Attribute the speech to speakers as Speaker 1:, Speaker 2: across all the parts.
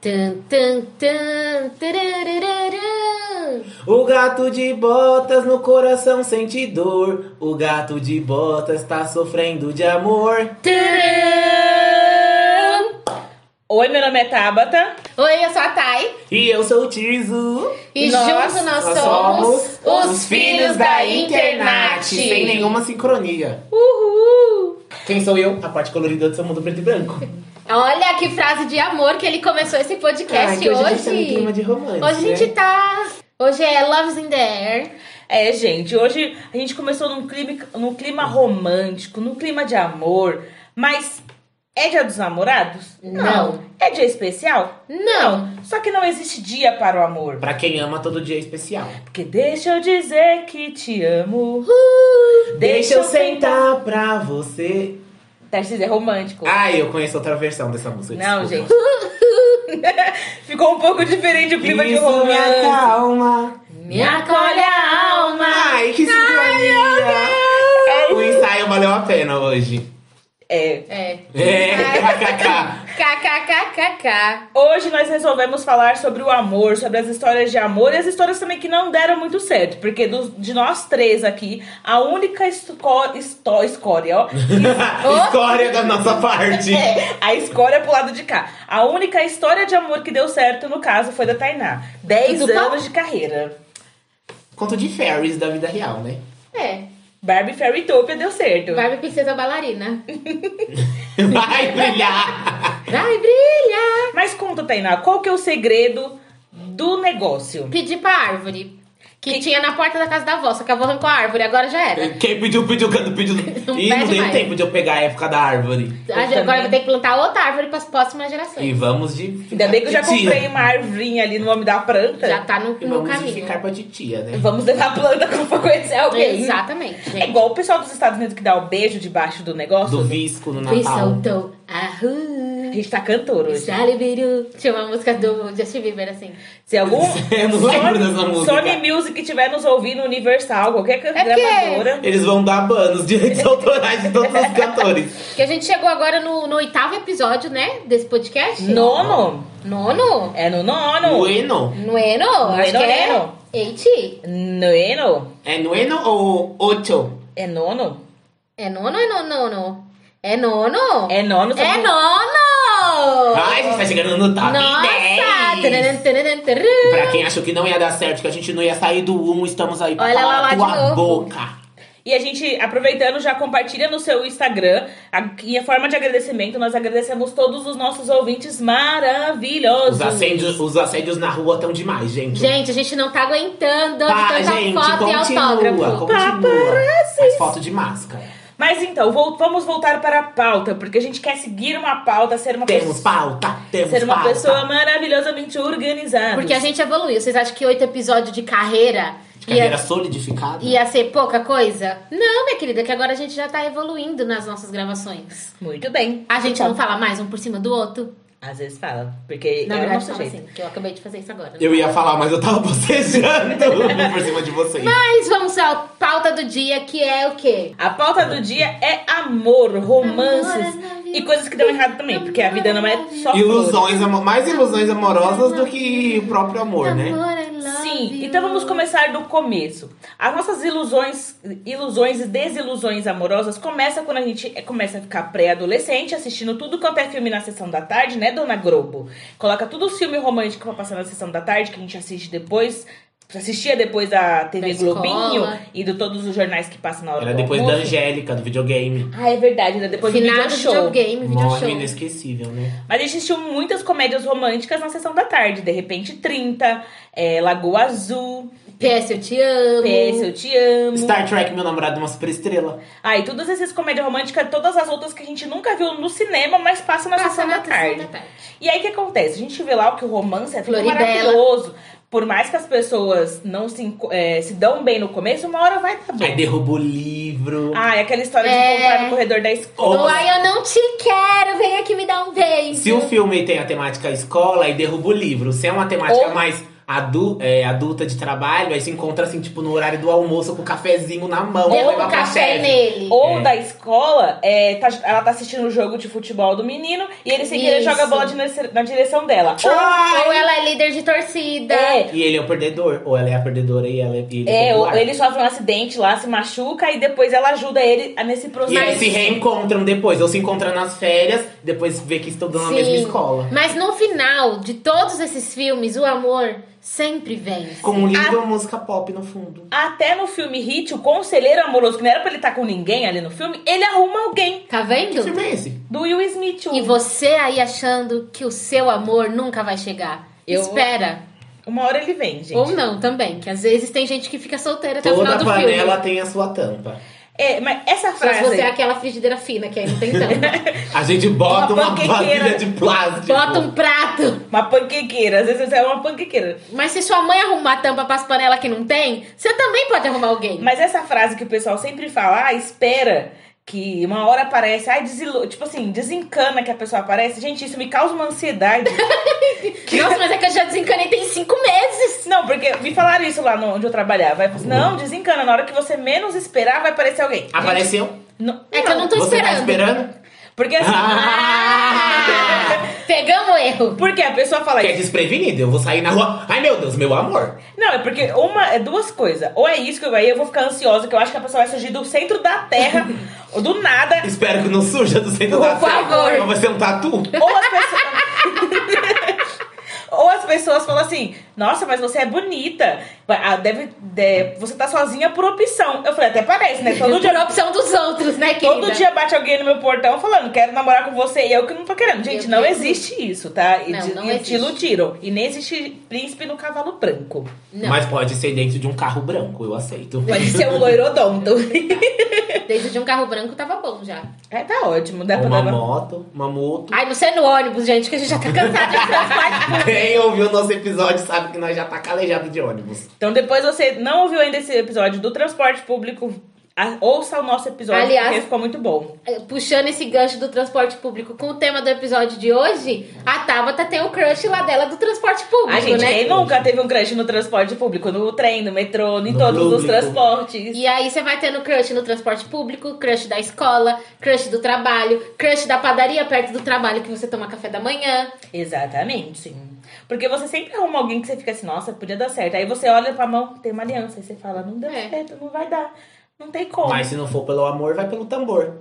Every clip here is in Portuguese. Speaker 1: Tan, tan, tan, tararararã.
Speaker 2: O gato de botas no coração sente dor. O gato de botas tá sofrendo de amor.
Speaker 1: Tararã.
Speaker 3: Oi, meu nome é Tabata.
Speaker 1: Oi, eu sou a Thay.
Speaker 2: E eu sou o Tizo.
Speaker 1: E
Speaker 3: Nós-
Speaker 1: juntos nós,
Speaker 2: Nós
Speaker 1: somos os filhos da internet.
Speaker 2: Sem nenhuma sincronia.
Speaker 1: Uhul!
Speaker 2: Quem sou eu? A parte colorida do seu mundo preto e branco.
Speaker 1: Olha que frase de amor que ele começou esse podcast
Speaker 2: Ai, que hoje a gente tá no clima
Speaker 1: hoje.
Speaker 2: de romance.
Speaker 1: Hoje a gente
Speaker 2: né?
Speaker 1: tá. Hoje é Love's in the Air.
Speaker 3: É, gente, hoje a gente começou num clima, num clima romântico, num clima de amor, mas é dia dos namorados?
Speaker 1: Não.
Speaker 3: É dia especial?
Speaker 1: Não!
Speaker 3: Só que não existe dia para o amor.
Speaker 2: Pra quem ama, todo dia é especial.
Speaker 3: Porque deixa eu dizer que te amo.
Speaker 1: Uh!
Speaker 2: Deixa eu sentar pra você.
Speaker 3: Tarcísio é romântico.
Speaker 2: Ai, eu conheço outra versão dessa música.
Speaker 3: não,
Speaker 2: Ah, desculpa.
Speaker 3: gente. Ficou um pouco diferente o clima de
Speaker 2: Isso me
Speaker 3: romance.
Speaker 2: acalma.
Speaker 1: Me acolhe a alma!
Speaker 2: Ai, que sincronia! O ensaio valeu a pena hoje.
Speaker 3: É.
Speaker 1: É.
Speaker 2: É, kkk.
Speaker 1: KKKKK.
Speaker 3: Hoje nós resolvemos falar sobre o amor, sobre as histórias de amor e as histórias também que não deram muito certo. Porque dos- de nós três aqui, a única esco- esto- escória, ó.
Speaker 2: História da nossa parte.
Speaker 1: É.
Speaker 3: A escória pro lado de cá. A única história de amor que deu certo, no caso, foi da Tainá. 10
Speaker 1: Tudo bom?
Speaker 3: anos de carreira.
Speaker 2: Conto de fairies da vida real, né?
Speaker 1: É.
Speaker 3: Barbie Fairytopia deu certo.
Speaker 1: Barbie Princesa Bailarina.
Speaker 2: Vai brilhar!
Speaker 1: Vai brilhar!
Speaker 3: Mas conta, Tainá, qual que é o segredo do negócio?
Speaker 1: Pedi pra árvore. Que,
Speaker 3: Que-
Speaker 1: tinha na porta da casa da avó, só que a avó arrancou a árvore, agora já era.
Speaker 2: Quem pediu, pediu, quando pediu. E não
Speaker 1: pede
Speaker 2: deu
Speaker 1: mais.
Speaker 2: tempo de eu pegar a época da árvore.
Speaker 1: A gente- Agora
Speaker 3: também.
Speaker 1: eu vou ter que plantar outra árvore pras próximas gerações.
Speaker 2: E vamos de.
Speaker 3: Ainda bem que eu já
Speaker 2: titia.
Speaker 3: comprei uma arvinha ali no nome da planta.
Speaker 1: Já tá no,
Speaker 2: E
Speaker 1: no
Speaker 2: vamos de
Speaker 1: caminho.
Speaker 2: ficar pra titia, né?
Speaker 3: Vamos levar a planta pra conhecer alguém.
Speaker 1: Exatamente,
Speaker 3: É
Speaker 1: gente.
Speaker 3: igual o pessoal dos Estados Unidos que dá o beijo debaixo do negócio.
Speaker 2: Do visco no
Speaker 1: Fui
Speaker 2: Natal.
Speaker 1: soltou a rua.
Speaker 3: A gente tá cantor hoje.
Speaker 1: Já liberou. Tinha uma música do Justin Bieber assim.
Speaker 3: Se algum
Speaker 2: Eu não lembro dessa
Speaker 3: Sony,
Speaker 2: música.
Speaker 3: Sony Music estiver nos ouvindo, Universal, qualquer
Speaker 1: porque-
Speaker 3: gravadora.
Speaker 2: Eles vão dar ban nos direitos autorais de todos os cantores.
Speaker 1: Que a gente chegou agora no, no oitavo episódio, né? Desse podcast.
Speaker 3: Nono?
Speaker 1: Nono?
Speaker 3: É no nono.
Speaker 2: Bueno.
Speaker 1: Nueno? Acho que
Speaker 3: nueno.
Speaker 1: é. Eight?
Speaker 3: Nono?
Speaker 2: É bueno ou ocho?
Speaker 3: É nono?
Speaker 1: É nono ou é nono? É nono?
Speaker 3: É nono?
Speaker 1: É nono!
Speaker 2: Ai, a gente tá chegando no top
Speaker 1: Nossa!
Speaker 2: 10.
Speaker 1: Tararam, tararam, tararam.
Speaker 2: Pra quem achou que não ia dar certo, que a gente não ia sair do humo, estamos aí pra
Speaker 1: Olha
Speaker 2: calar
Speaker 1: lá,
Speaker 2: a
Speaker 1: lá de
Speaker 2: tua
Speaker 1: novo.
Speaker 2: boca.
Speaker 3: E a gente, aproveitando, já compartilha no seu Instagram. A, e a forma de agradecimento, nós agradecemos todos os nossos ouvintes maravilhosos.
Speaker 2: Os assédios, os assédios na rua estão demais, gente.
Speaker 1: Gente, a gente não tá aguentando de
Speaker 2: Pá,
Speaker 1: tanta
Speaker 2: gente,
Speaker 1: foto e
Speaker 2: continua,
Speaker 1: autógrafo.
Speaker 2: continua. Faz foto de máscara.
Speaker 3: Mas então, vol- vamos voltar para a pauta, porque a gente quer seguir uma pauta, ser uma
Speaker 2: Temos
Speaker 3: pessoa,
Speaker 2: pauta, temos
Speaker 3: ser uma
Speaker 2: pauta.
Speaker 3: pessoa maravilhosamente organizada.
Speaker 1: Porque a gente evoluiu. Vocês acham que oito episódios de carreira,
Speaker 2: De
Speaker 1: ia,
Speaker 2: carreira solidificada.
Speaker 1: ia ser pouca coisa? Não, minha querida, que agora a gente já tá evoluindo nas nossas gravações.
Speaker 3: Muito bem. Então,
Speaker 1: A gente não fala mais um por cima do outro?
Speaker 3: Às vezes fala, porque
Speaker 1: Na
Speaker 3: é o
Speaker 1: verdade,
Speaker 3: nosso
Speaker 1: fala
Speaker 3: jeito.
Speaker 1: assim, que eu acabei de fazer isso agora.
Speaker 2: Eu ia falar, mas eu tava bocejando por cima de vocês.
Speaker 1: Mas vamos à pauta do dia, que é o quê?
Speaker 3: A pauta do dia é amor, romances
Speaker 1: Amor é na vida.
Speaker 3: e coisas que dão errado também, porque a vida não é só flores.
Speaker 2: Ilusões, amo- mais ilusões amorosas do que o próprio amor, né?
Speaker 1: Amor, I love
Speaker 3: Sim,
Speaker 1: you.
Speaker 3: então vamos começar do começo. As nossas ilusões, ilusões e desilusões amorosas começa quando a gente eh, começa a ficar pré-adolescente, assistindo tudo quanto é filme na sessão da tarde, né, dona Globo? Coloca tudo os filmes românticos pra passar na sessão da tarde, que a gente assiste depois. Assistia depois da TV
Speaker 1: Da
Speaker 3: Globinho
Speaker 1: escola.
Speaker 3: e de todos os jornais que passam na hora
Speaker 2: Era
Speaker 3: do
Speaker 2: depois da
Speaker 3: almoço.
Speaker 2: Angélica, do videogame.
Speaker 3: Ah, é verdade, era depois do
Speaker 1: Finado
Speaker 3: video show.
Speaker 1: videogame, video
Speaker 2: Uma
Speaker 1: show.
Speaker 2: menina inesquecível, né?
Speaker 3: Mas existiam muitas comédias românticas na sessão da tarde. De repente, 30, é, Lagoa Azul,
Speaker 1: PS, eu te amo.
Speaker 3: PS Eu Te Amo.
Speaker 2: Star Trek, meu namorado, é uma super estrela.
Speaker 3: Ah, e todas essas comédias românticas, todas as outras que a gente nunca viu no cinema, mas passam na
Speaker 1: Passa
Speaker 3: sessão
Speaker 1: na
Speaker 3: da
Speaker 1: sessão
Speaker 3: tarde. E aí o que acontece? A gente vê lá que o romance é tudo
Speaker 1: Floribela.
Speaker 3: maravilhoso. Por mais que as pessoas não se, enco- eh, se dão bem no começo, uma hora vai dar
Speaker 2: Aí
Speaker 3: bom.
Speaker 2: derruba o livro.
Speaker 3: Ah, é aquela história de
Speaker 1: É.
Speaker 3: encontrar no corredor da escola.
Speaker 1: Ou ai, eu não te quero, vem aqui me dar um beijo.
Speaker 2: Se o filme tem a temática escola, aí derruba o livro. Se é uma temática
Speaker 3: Ou-
Speaker 2: mais adu- é, adulta de trabalho, aí se encontra assim, tipo, no horário do almoço com o cafezinho na mão. pra
Speaker 1: Derruba
Speaker 2: levar
Speaker 1: o
Speaker 2: pra
Speaker 1: café
Speaker 2: chefe.
Speaker 1: nele.
Speaker 3: Ou
Speaker 2: É.
Speaker 3: da escola, é, tá- ela tá assistindo o jogo de futebol do menino e ele sem querer
Speaker 1: Isso.
Speaker 3: joga a bola de- na direção dela.
Speaker 2: Tchau!
Speaker 1: Ou ela é líder de torcida.
Speaker 3: É,
Speaker 2: E ele é o perdedor, ou ela é a perdedora e ela é. e Ele
Speaker 3: É, o-
Speaker 2: popular.
Speaker 3: ele sofre um acidente lá, se machuca e depois ela ajuda ele a- nesse
Speaker 2: E
Speaker 3: processo.
Speaker 2: eles se reencontram depois, ou se encontram nas férias, depois vê que estudam na
Speaker 1: Sim.
Speaker 2: mesma escola.
Speaker 1: Mas no final de todos esses filmes, o amor sempre vence.
Speaker 2: Com um linda música pop no fundo.
Speaker 3: Até no filme Hit, o conselheiro amoroso, que não era pra ele estar com ninguém ali no filme, ele arruma alguém.
Speaker 1: Tá
Speaker 2: Que
Speaker 1: vendo?
Speaker 2: filme é esse?
Speaker 3: Do Will Smith. o-
Speaker 1: E você aí achando que o seu amor nunca vai chegar.
Speaker 3: Eu-
Speaker 1: Espera.
Speaker 3: Uma hora ele vem, gente.
Speaker 1: Ou não também, que às vezes tem gente que fica solteira até o
Speaker 2: Toda
Speaker 1: final do
Speaker 2: panela
Speaker 1: filme.
Speaker 2: tem a sua tampa.
Speaker 3: É, mas essa
Speaker 1: Só se
Speaker 3: frase.
Speaker 1: você é aquela frigideira fina, que aí não tem tanto.
Speaker 2: A gente bota
Speaker 3: Uma
Speaker 2: uma,
Speaker 3: panquequeira.
Speaker 2: vasilha de plástico.
Speaker 1: Bota um prato.
Speaker 3: Uma panquequeira, às vezes você é uma panquequeira.
Speaker 1: Mas se sua mãe arrumar tampa pras panelas que não tem, você também pode arrumar alguém.
Speaker 3: Mas essa frase que o pessoal sempre fala, ah, espera, que uma hora aparece, ai, desilu... tipo assim, desencana que a pessoa aparece. Gente, isso me causa uma ansiedade.
Speaker 1: Nossa, mas é que eu já desencanei tem cinco meses.
Speaker 3: Não, porque me falaram isso lá no- onde eu trabalhava. Aí eu falei, Não, desencana. Na hora que você menos esperar, vai aparecer alguém.
Speaker 2: Apareceu?
Speaker 3: Não,
Speaker 1: É que eu não tô
Speaker 2: Você tá
Speaker 1: esperando.
Speaker 2: esperando?
Speaker 3: Porque assim.
Speaker 1: Ah, pegamos o erro.
Speaker 3: porque a pessoa fala
Speaker 2: Que é
Speaker 3: isso.
Speaker 2: desprevenido. Eu vou sair na rua. Ai meu Deus, meu amor.
Speaker 3: Não, é porque uma, é duas coisas. Ou é isso que eu, aí eu vou ficar ansiosa, que eu acho que a pessoa vai surgir do centro da terra, ou do nada.
Speaker 2: Espero que não surja do centro
Speaker 1: Por
Speaker 2: da terra.
Speaker 1: favor.
Speaker 2: Não vai ser um tatu.
Speaker 3: Ou as pessoas. Ou as pessoas falam assim, nossa, mas você é bonita. Vai- ah, Deve, de- você tá sozinha por opção. Eu falei, até parece, né? Todo dia
Speaker 1: Por opção dos outros, né, querida?
Speaker 3: Todo dia bate alguém no meu portão falando, quero namorar com você e eu que não tô querendo. Gente,
Speaker 1: Eu
Speaker 3: não
Speaker 1: quero.
Speaker 3: existe isso, tá? E,
Speaker 1: Não,
Speaker 3: te-
Speaker 1: não
Speaker 3: e te
Speaker 1: existe.
Speaker 3: iludiram. E nem existe príncipe no cavalo branco.
Speaker 1: Não,
Speaker 2: Mas pode ser dentro de um carro branco, eu aceito.
Speaker 3: Pode ser um loirodonto.
Speaker 1: dentro de um carro branco tava bom já.
Speaker 3: é, tá ótimo, dá pra
Speaker 2: uma
Speaker 3: dar uma...
Speaker 2: moto, uma moto.
Speaker 1: Ai, não sei no ônibus, gente, que a gente já tá cansado de transporte.
Speaker 2: Quem ouviu o nosso episódio sabe que nós já tá calejado de ônibus.
Speaker 3: Então depois você não ouviu ainda esse episódio do transporte público, a- ouça o nosso episódio,
Speaker 1: Aliás-
Speaker 3: porque ficou muito bom.
Speaker 1: Eh, Puxando esse gancho do transporte público com o tema do episódio de hoje, a Tabata tem o crush lá dela do transporte público,
Speaker 3: A gente
Speaker 1: né?
Speaker 3: quem nunca teve um crush no transporte público, no trem, no metrô, em
Speaker 2: No
Speaker 3: todos os
Speaker 2: público.
Speaker 3: transportes.
Speaker 1: E aí você vai tendo crush no transporte público, crush da escola, crush do trabalho, crush da padaria perto do trabalho que você toma café da manhã.
Speaker 3: Exatamente, sim. Porque você sempre arruma alguém que você fica assim, nossa, podia dar certo. Aí você olha pra mão, tem uma aliança, e você fala, não deu
Speaker 1: É.
Speaker 3: certo, não vai dar. Não tem como.
Speaker 2: Mas se não for pelo amor, vai pelo tambor.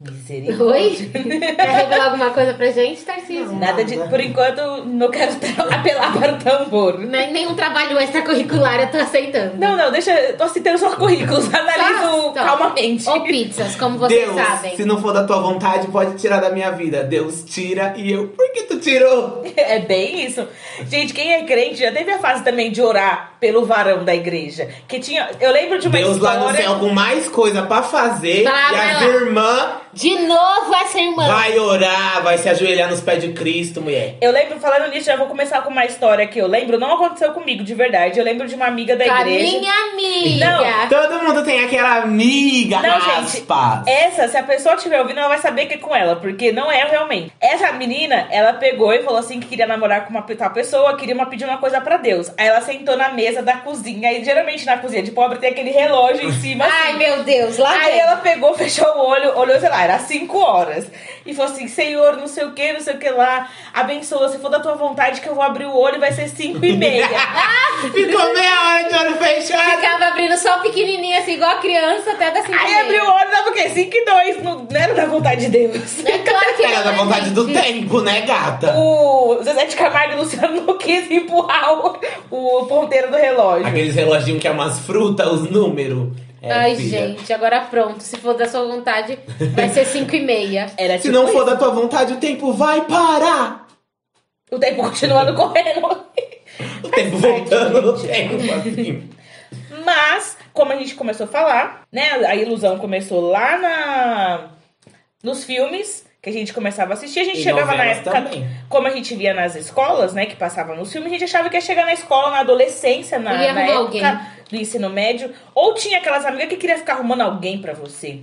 Speaker 3: Misericórdia.
Speaker 1: Oi? Quer revelar alguma coisa pra gente, Tarcísio?
Speaker 3: Nada de. Por enquanto, não quero tra- apelar para o tambor.
Speaker 1: Nem- é Nenhum trabalho extracurricular eu tô aceitando.
Speaker 3: Não, não, deixa. eu Tô citando só currículos, analiso
Speaker 1: Tá.
Speaker 3: calmamente.
Speaker 1: Ou pizzas, como vocês
Speaker 2: Deus,
Speaker 1: sabem.
Speaker 2: se não for da tua vontade, pode tirar da minha vida. Deus tira e eu. Por que tu tirou?
Speaker 3: É bem isso. Gente, quem é crente já teve a fase também de orar pelo varão da igreja. Que tinha. Eu lembro de uma
Speaker 2: Deus
Speaker 3: história.
Speaker 2: lá no céu com mais coisa pra fazer.
Speaker 1: é Vai lá,
Speaker 2: e
Speaker 1: vai
Speaker 2: as
Speaker 1: lá.
Speaker 2: irmãs
Speaker 1: De novo essa irmã.
Speaker 2: vai orar, vai se ajoelhar nos pés de Cristo, mulher.
Speaker 3: Eu lembro, falando nisso, já vou começar com uma história que eu lembro. Não aconteceu comigo, de verdade. Eu lembro de uma amiga da
Speaker 1: Com a
Speaker 3: igreja.
Speaker 1: minha amiga.
Speaker 2: Todo mundo tem aquela amiga
Speaker 3: Não, gente.
Speaker 2: raspa.
Speaker 3: Essa, se a pessoa estiver ouvindo, ela vai saber que é com ela, porque não é realmente. Essa menina, ela pegou e falou assim que queria namorar com uma pe- tal pessoa, queria uma, pedir uma coisa pra Deus. Aí ela sentou na mesa da cozinha, e geralmente na cozinha de pobre tem aquele relógio em cima.
Speaker 1: Ai,
Speaker 3: assim.
Speaker 1: meu Deus, lá
Speaker 3: Aí
Speaker 1: vem.
Speaker 3: ela pegou, fechou o olho, olhou, sei lá, era 5 horas. E falou assim: Senhor, não sei o que, não sei o que lá, abençoa, se for da tua vontade que eu vou abrir o olho, vai ser 5 e meia.
Speaker 1: é-
Speaker 2: Ficou Então, meia hora de olho fechado.
Speaker 1: Ficava abrindo só pequenininha, assim, igual a criança, até da cinco
Speaker 3: Aí
Speaker 1: meses.
Speaker 3: abriu o olho, dava o quê? 5 e 2, não não era da vontade de Deus.
Speaker 1: É claro que
Speaker 2: Era da
Speaker 1: né,
Speaker 2: vontade do
Speaker 1: gente?
Speaker 2: tempo, né, gata?
Speaker 3: O Zezé de Camargo e Luciano não quis empurrar o, o ponteiro do relógio.
Speaker 2: Aqueles reloginhos que é umas frutas, os números. É,
Speaker 1: Ai,
Speaker 2: filha.
Speaker 1: gente, agora pronto. Se for da sua vontade, vai ser cinco e meia.
Speaker 3: Era
Speaker 2: Se
Speaker 3: tipo
Speaker 2: não for
Speaker 3: isso.
Speaker 2: da tua vontade, o tempo vai parar.
Speaker 3: O tempo continuando correndo.
Speaker 2: O tempo voltando no tempo, assim.
Speaker 3: Mas, como a gente começou a falar, né? A ilusão começou lá na nos filmes que a gente começava a assistir. A gente
Speaker 2: E
Speaker 3: chegava na
Speaker 2: novelas
Speaker 3: época.
Speaker 2: também.
Speaker 3: Como a gente via nas escolas, né? Que passava nos filmes, a gente achava que ia chegar na escola, na adolescência, na,
Speaker 1: Ele ia
Speaker 3: na época
Speaker 1: arrumar alguém.
Speaker 3: do ensino médio. Ou tinha aquelas amigas que queria ficar arrumando alguém pra você.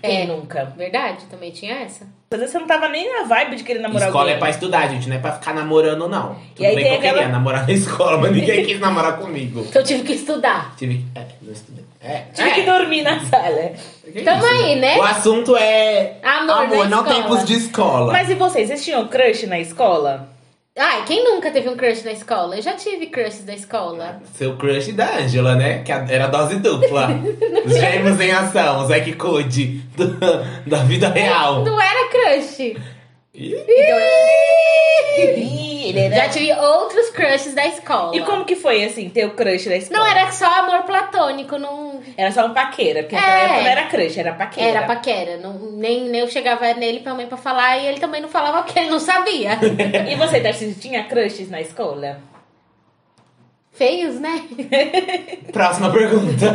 Speaker 3: Quem
Speaker 1: É.
Speaker 3: nunca?
Speaker 1: Verdade, também tinha essa.
Speaker 3: Às vezes você não tava nem na vibe de querer namorar
Speaker 2: Escola
Speaker 3: alguém.
Speaker 2: é pra estudar, gente, não é pra ficar namorando, não. Tudo
Speaker 3: aí
Speaker 2: bem
Speaker 3: tem
Speaker 2: que eu queria
Speaker 3: aquela-
Speaker 2: namorar na escola, mas ninguém quis namorar comigo.
Speaker 1: Então eu tive que estudar.
Speaker 2: Tive que. É, não estudei. É,
Speaker 3: Tive
Speaker 2: é.
Speaker 3: que dormir na sala.
Speaker 2: Que
Speaker 1: Tamo
Speaker 2: isso,
Speaker 1: aí, né?
Speaker 2: O assunto é.
Speaker 1: Amor na
Speaker 2: não
Speaker 1: escola.
Speaker 2: tempos de escola.
Speaker 3: Mas e vocês? Vocês tinham crush na escola?
Speaker 1: Ai, quem nunca teve um crush na escola? Eu já tive crushes da escola.
Speaker 2: Seu crush da Angela, né? Que a- era dose dupla. os gêmeos em ação, o Zack Code do- da vida real.
Speaker 1: Não era crush.
Speaker 2: Ih,
Speaker 3: Ih, ele era-
Speaker 1: Então, Já tive outros crushes da escola.
Speaker 3: E como que foi, assim, ter o crush da escola?
Speaker 1: Não era só amor platônico, não
Speaker 3: Era só um paquera, porque naquela
Speaker 1: É.
Speaker 3: época não era crush, era paqueira.
Speaker 1: era paquera. Não, nem, nem eu chegava nele pra mãe pra falar e ele também não falava porque ele não sabia.
Speaker 3: E você, Tarcísio, tinha crushes na escola?
Speaker 1: Feios, né?
Speaker 2: Próxima pergunta.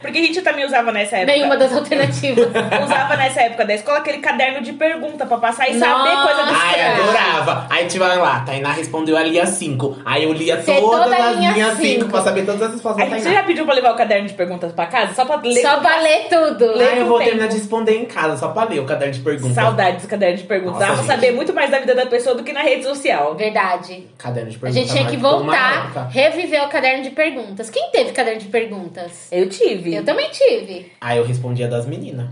Speaker 3: Porque a gente também usava nessa época.
Speaker 1: Nenhuma das alternativas.
Speaker 3: Usava nessa época da escola aquele caderno de pergunta pra passar e saber
Speaker 1: Nossa!
Speaker 3: coisa dos
Speaker 1: Ai,
Speaker 2: Ai,
Speaker 3: crushes.
Speaker 2: adorava. Aí tinha lá, Tainá respondeu a linha 5. Aí eu lia
Speaker 1: Sei
Speaker 2: todas
Speaker 1: toda a
Speaker 2: as
Speaker 1: linha
Speaker 2: linhas 5
Speaker 1: cinco.
Speaker 2: pra saber todas as respostas
Speaker 3: Aí
Speaker 2: da
Speaker 3: você
Speaker 2: Tainá.
Speaker 3: já pediu pra levar o caderno de perguntas pra casa? Só pra ler?
Speaker 1: Só pra ler tudo.
Speaker 3: Ler
Speaker 2: Aí eu
Speaker 3: com
Speaker 2: vou
Speaker 3: tempo.
Speaker 2: terminar de responder em casa, só pra ler o caderno de perguntas.
Speaker 3: Saudades do caderno de perguntas.
Speaker 2: Nossa,
Speaker 3: Dá pra
Speaker 2: gente.
Speaker 3: saber muito mais da vida da pessoa do que na rede
Speaker 1: um
Speaker 3: social.
Speaker 1: Verdade.
Speaker 2: Caderno de
Speaker 1: A
Speaker 2: perguntas.
Speaker 1: gente tinha que
Speaker 2: marcou uma
Speaker 1: voltar,
Speaker 2: época.
Speaker 1: reviver o caderno de perguntas. Quem teve caderno de perguntas?
Speaker 3: Eu tive.
Speaker 1: Eu também tive.
Speaker 2: Aí eu respondia das meninas.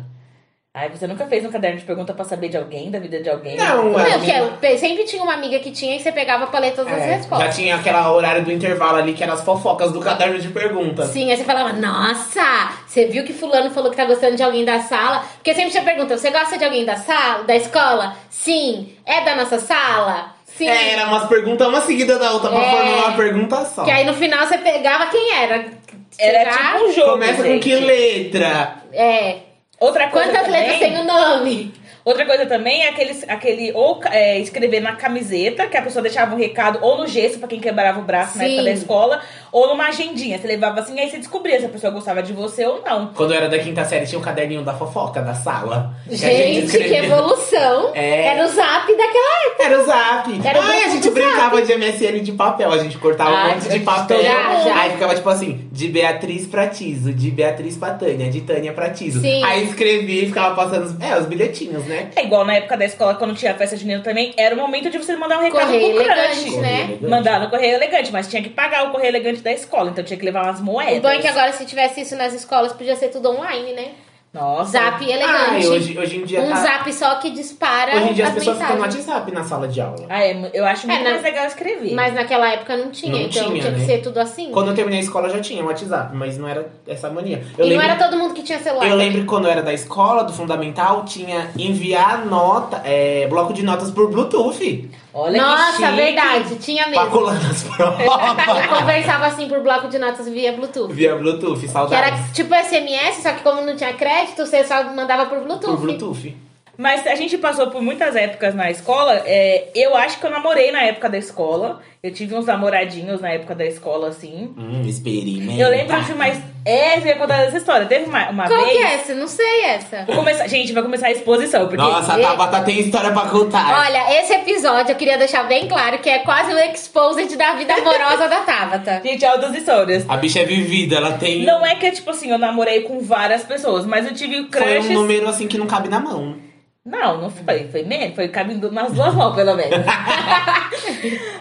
Speaker 3: Ai, você nunca fez um caderno de pergunta pra saber de alguém, da vida de alguém?
Speaker 2: Não,
Speaker 1: Não,
Speaker 2: as
Speaker 1: que
Speaker 2: meninas-
Speaker 1: eu pe- sempre tinha uma amiga que tinha e você pegava pra ler todas as
Speaker 2: É, já
Speaker 1: respostas.
Speaker 2: tinha aquela horário do intervalo ali que eram as fofocas do caderno de perguntas.
Speaker 1: Sim, aí você falava, nossa, você viu que fulano falou que tá gostando de alguém da sala? Porque sempre tinha pergunta, você gosta de alguém da sala, da escola? Sim. É da nossa sala? Sim.
Speaker 2: É, era umas perguntas uma seguida da outra pra
Speaker 1: É.
Speaker 2: formar uma pergunta só.
Speaker 1: Que aí no final você pegava quem era.
Speaker 3: Era
Speaker 1: Será?
Speaker 3: tipo um jogo.
Speaker 2: Começa com
Speaker 3: gente.
Speaker 2: que letra?
Speaker 1: É.
Speaker 3: Outra coisa
Speaker 1: Quantas
Speaker 3: também,
Speaker 1: letras tem o nome?
Speaker 3: Outra coisa também é aquele, aquele ou é, escrever na camiseta, que a pessoa deixava um recado, ou no gesso pra quem quebrava o braço na
Speaker 1: Sim.
Speaker 3: época da escola, ou numa agendinha. Você levava assim, aí você descobria se a pessoa gostava de você ou não.
Speaker 2: Quando eu era da quinta série, tinha um caderninho da fofoca da sala. que a
Speaker 1: Gente, que
Speaker 2: escrevia.
Speaker 1: evolução.
Speaker 2: É.
Speaker 1: Era o zap daquela época.
Speaker 2: Era o zap.
Speaker 1: Era o
Speaker 2: Ai,
Speaker 1: grupo
Speaker 2: a
Speaker 1: do Ah,
Speaker 2: gente brincava de MSN de papel. A gente cortava
Speaker 3: Ai,
Speaker 2: um monte de
Speaker 3: gente,
Speaker 2: papel.
Speaker 1: já, já.
Speaker 2: Aí ficava tipo assim, de Beatriz pra Tiso, de Beatriz pra Tânia, de Tânia pra Tiso.
Speaker 1: Sim.
Speaker 2: Aí escrevia e ficava passando os- é, os bilhetinhos, né?
Speaker 3: É igual na época da escola, quando tinha festa junina também, era o momento de você mandar um recado
Speaker 1: Correio
Speaker 3: pro
Speaker 1: elegante,
Speaker 3: crush.
Speaker 1: né?
Speaker 2: Correio elegante.
Speaker 3: Mandar no correio elegante, mas tinha que pagar o correio elegante da escola, então tinha que levar umas moedas.
Speaker 1: O bom é que agora, se tivesse isso nas escolas, podia ser tudo online, né?
Speaker 3: Nossa.
Speaker 1: Zap é elegante.
Speaker 2: Ai, hoje, hoje em dia
Speaker 1: um
Speaker 2: tá-
Speaker 1: zap só que dispara
Speaker 2: Hoje em dia as,
Speaker 1: as
Speaker 2: pessoas ficam no
Speaker 1: mensagens.
Speaker 2: WhatsApp na sala de aula.
Speaker 3: Ah, é, eu acho muito
Speaker 1: É, na-
Speaker 3: mais legal escrever.
Speaker 1: Mas naquela época não tinha,
Speaker 2: Não
Speaker 1: então
Speaker 2: tinha,
Speaker 1: tinha que
Speaker 2: né?
Speaker 1: ser tudo assim.
Speaker 2: Quando eu terminei a escola já tinha WhatsApp, mas não era essa mania.
Speaker 1: e
Speaker 2: Eu lembro,
Speaker 1: não era todo mundo que tinha celular.
Speaker 2: eu lembro que quando eu era da escola, do fundamental, tinha enviar nota, é, bloco de notas por Bluetooth.
Speaker 3: Olha que
Speaker 1: Nossa,
Speaker 3: chique.
Speaker 1: verdade, tinha
Speaker 2: Pra
Speaker 1: mesmo.
Speaker 2: colar nas provas.
Speaker 1: Eu conversava assim por bloco de notas via Bluetooth.
Speaker 2: Via Bluetooth,
Speaker 1: Que era
Speaker 2: saudades.
Speaker 1: tipo SMS, só que como não tinha crédito, você só mandava por Bluetooth.
Speaker 2: Por Bluetooth.
Speaker 3: Mas a gente passou por muitas épocas na escola. é, eu acho que eu namorei na época da escola. Eu tive uns namoradinhos na época da escola, assim.
Speaker 2: Hum, experimenta.
Speaker 3: Eu lembro de mais. É, você ia contar essa história. Teve uma, uma
Speaker 1: Qual
Speaker 3: vez.
Speaker 1: que é essa? Não sei essa.
Speaker 3: Vou começar- gente, vai começar a exposição, porque.
Speaker 2: Nossa, a
Speaker 1: E-
Speaker 2: Tabata tem história pra contar.
Speaker 1: Olha, esse episódio eu queria deixar bem claro que é quase um exposed da vida amorosa da Tabata.
Speaker 3: Gente, altas histórias.
Speaker 2: A bicha é vivida, ela tem.
Speaker 3: Não é que, tipo assim, eu namorei com várias pessoas, mas eu tive
Speaker 2: Foi
Speaker 3: crushes.
Speaker 2: um número assim que não cabe na mão.
Speaker 3: Não, não foi. Foi menos. Foi cabindo nas duas mãos, pelo menos.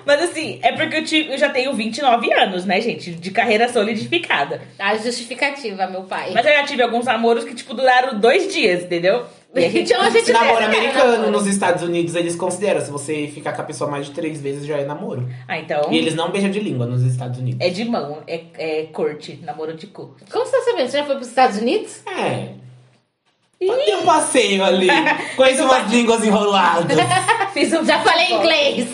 Speaker 3: mas assim, é porque eu, tive, eu já tenho 29 anos, né, gente? De carreira solidificada.
Speaker 1: A justificativa, meu pai.
Speaker 3: Mas eu já tive alguns namoros que, tipo, duraram dois dias, entendeu? E a gente
Speaker 1: Então a gente
Speaker 2: Namoro
Speaker 1: deve, né,
Speaker 2: americano,
Speaker 1: namoro.
Speaker 2: nos Estados Unidos, eles consideram. Se você ficar com a pessoa mais de três vezes, já é namoro.
Speaker 3: Ah, então.
Speaker 2: E eles não beijam de língua nos Estados Unidos.
Speaker 3: É de mão, é, é corte, namoro de cu.
Speaker 1: Como você tá sabendo? Você já foi pros Estados Unidos?
Speaker 2: É. Pode ter um passeio ali. Conheço
Speaker 3: Então tá.
Speaker 2: umas línguas enroladas.
Speaker 3: Fiz um
Speaker 1: Já falei
Speaker 3: bate-volta.
Speaker 1: inglês.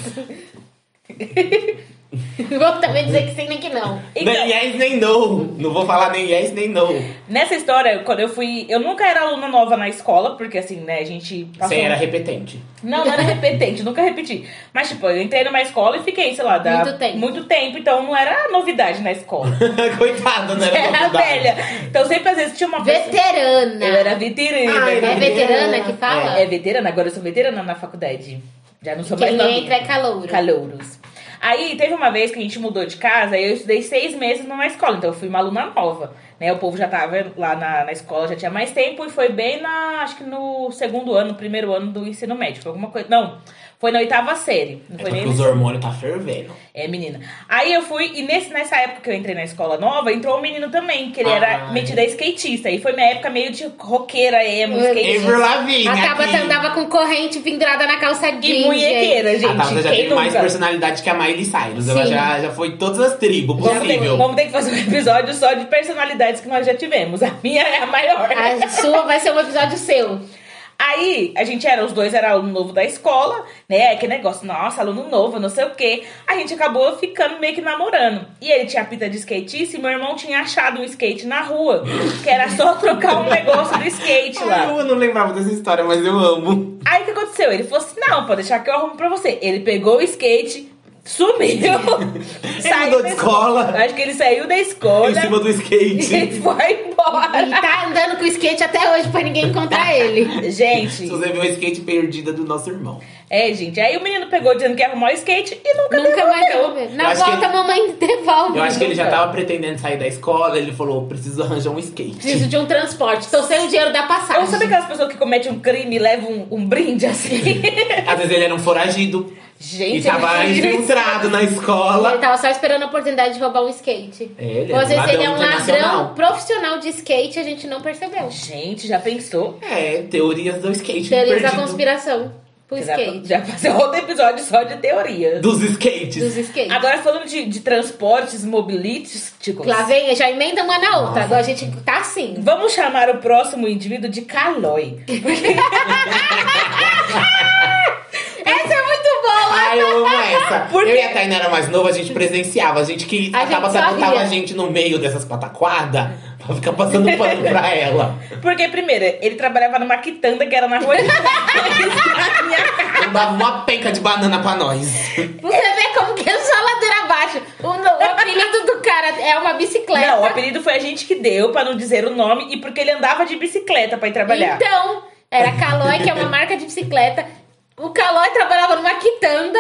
Speaker 1: Vou também dizer que sim nem que não.
Speaker 3: Então,
Speaker 2: nem yes, nem no. Não vou falar nem yes, nem no.
Speaker 3: nessa história, quando eu fui. Eu nunca era aluna nova na escola, porque assim, né, a gente passou.
Speaker 2: Você era repetente.
Speaker 3: Não, não era repetente, nunca repeti. Mas, tipo, eu entrei numa escola e fiquei, sei lá, da...
Speaker 1: Muito tempo.
Speaker 3: Muito tempo, então não era novidade na escola.
Speaker 2: Coitada, né? não era
Speaker 1: É,
Speaker 3: era
Speaker 2: novidade.
Speaker 3: velha. Então sempre às vezes tinha uma pessoa.
Speaker 1: Veterana.
Speaker 3: Eu era veterana. né?
Speaker 2: Ai,
Speaker 1: É veterana que fala?
Speaker 3: É veterana, agora eu sou veterana na faculdade. Já não sou mais
Speaker 1: Quem
Speaker 3: novinha.
Speaker 1: entra é calouro.
Speaker 3: Calouros. Aí teve uma vez que a gente mudou de casa, eu estudei seis meses numa escola, então eu fui uma aluna nova. né? O povo já tava lá na, na escola, já tinha mais tempo e foi bem na, acho que no segundo ano, primeiro ano do ensino médio, foi alguma coisa, não, foi na oitava série, não
Speaker 2: É
Speaker 3: foi
Speaker 2: porque
Speaker 3: nem
Speaker 2: os hormônios tá fervendo.
Speaker 3: é, menina. Aí eu fui, e nesse, nessa época que eu entrei na escola nova, entrou um menino também, que ele era
Speaker 2: Ai.
Speaker 3: metido a skatista. E foi minha época meio de roqueira, emo,
Speaker 1: Meu
Speaker 3: skatista.
Speaker 2: Avril Lavigne
Speaker 1: A
Speaker 2: aqui.
Speaker 1: Tabata andava com corrente pendurada na calça
Speaker 3: E
Speaker 1: jeans, gente.
Speaker 3: munhequeira, gente.
Speaker 2: a Tabata já
Speaker 3: quem
Speaker 2: tem
Speaker 3: nunca?
Speaker 2: é mais personalidade que a Miley Cyrus. Ela
Speaker 1: Sim.
Speaker 2: já, já foi em todas as tribos
Speaker 3: Vamos ter,
Speaker 2: possível.
Speaker 3: vamos ter que fazer um episódio só de personalidades que nós já tivemos. A minha é a maior.
Speaker 1: A sua vai ser um episódio seu.
Speaker 3: Aí, a gente era, os dois era aluno novo da escola, né? Que negócio, nossa, aluno novo, não sei o quê. A gente acabou ficando meio que namorando. E ele tinha pinta de skatista e meu irmão tinha achado um skate na rua. Que era só trocar um negócio do skate
Speaker 2: Ai,
Speaker 3: lá.
Speaker 2: eu não lembrava dessa história, mas eu amo.
Speaker 3: Aí o que aconteceu? Ele falou assim: não, pode deixar que eu arrumo pra você. Ele pegou o skate, sumiu.
Speaker 2: mudou
Speaker 3: da
Speaker 2: de escola.
Speaker 3: Acho que ele saiu da escola.
Speaker 2: Em cima do
Speaker 3: E
Speaker 2: skate.
Speaker 3: foi
Speaker 1: Ele
Speaker 3: embora.
Speaker 1: tá andando com skate até hoje pra ninguém encontrar ele.
Speaker 3: Gente,
Speaker 2: Se você viu o skate perdida do nosso irmão.
Speaker 3: é, gente. Aí o menino pegou dizendo que ia arrumar o skate e nunca,
Speaker 1: Nunca mais
Speaker 3: devolveu.
Speaker 1: devolver.
Speaker 2: Eu
Speaker 1: Na
Speaker 2: acho que
Speaker 1: volta,
Speaker 2: ele-
Speaker 1: a mamãe devolve.
Speaker 2: Eu acho que ele já
Speaker 3: Nunca.
Speaker 2: tava pretendendo sair da escola, ele falou, preciso arranjar um skate.
Speaker 1: Preciso de um transporte. Tô sem o dinheiro da
Speaker 3: Ou
Speaker 1: passagem.
Speaker 3: sabe aquelas pessoas que cometem um crime e levam um, um brinde assim?
Speaker 2: Às vezes ele era um foragido.
Speaker 3: Gente, é
Speaker 2: e tava
Speaker 3: ele-
Speaker 2: infiltrado na
Speaker 1: Ele
Speaker 2: escola.
Speaker 1: tava só esperando a oportunidade de roubar um skate.
Speaker 2: É, ele
Speaker 1: Ou
Speaker 2: era
Speaker 1: às vezes ele é um
Speaker 2: ladrão internacional.
Speaker 1: ladrão profissional de skate e a gente não percebeu.
Speaker 3: Gente, já pensou?
Speaker 2: É, teorias do skate.
Speaker 1: Teorias da
Speaker 2: perdido.
Speaker 1: conspiração pro
Speaker 3: Já-
Speaker 1: skate.
Speaker 3: Já fazer outro episódio só de teoria.
Speaker 2: Dos skates.
Speaker 1: Dos skates.
Speaker 3: Agora falando de, de transportes mobilísticos.
Speaker 1: Lá vem, já emenda uma na outra.
Speaker 2: Nossa.
Speaker 1: Agora a gente tá assim.
Speaker 3: Vamos chamar o próximo indivíduo de Calói.
Speaker 1: Essa é muito boa!
Speaker 2: Ai, eu amo essa.
Speaker 3: Por
Speaker 2: eu
Speaker 3: quê?
Speaker 2: e a Tainá era mais nova, a gente presenciava. A gente que
Speaker 1: A
Speaker 2: acaba
Speaker 1: gente só
Speaker 2: sabotava
Speaker 1: ria.
Speaker 2: a gente no meio dessas pataquadas pra ficar passando pano pra ela.
Speaker 3: Porque, primeiro, ele trabalhava numa quitanda que era na rua de trás da minha casa.
Speaker 2: Não dava uma penca de banana pra nós.
Speaker 1: Você vê como que é só ladeira abaixo. O, o apelido do cara é uma bicicleta.
Speaker 3: Não, o apelido foi a gente que deu, pra não dizer o nome, e porque ele andava de bicicleta pra ir é trabalhar.
Speaker 1: Então, era Calói, que é uma marca de bicicleta. O Calói trabalhava numa quitanda.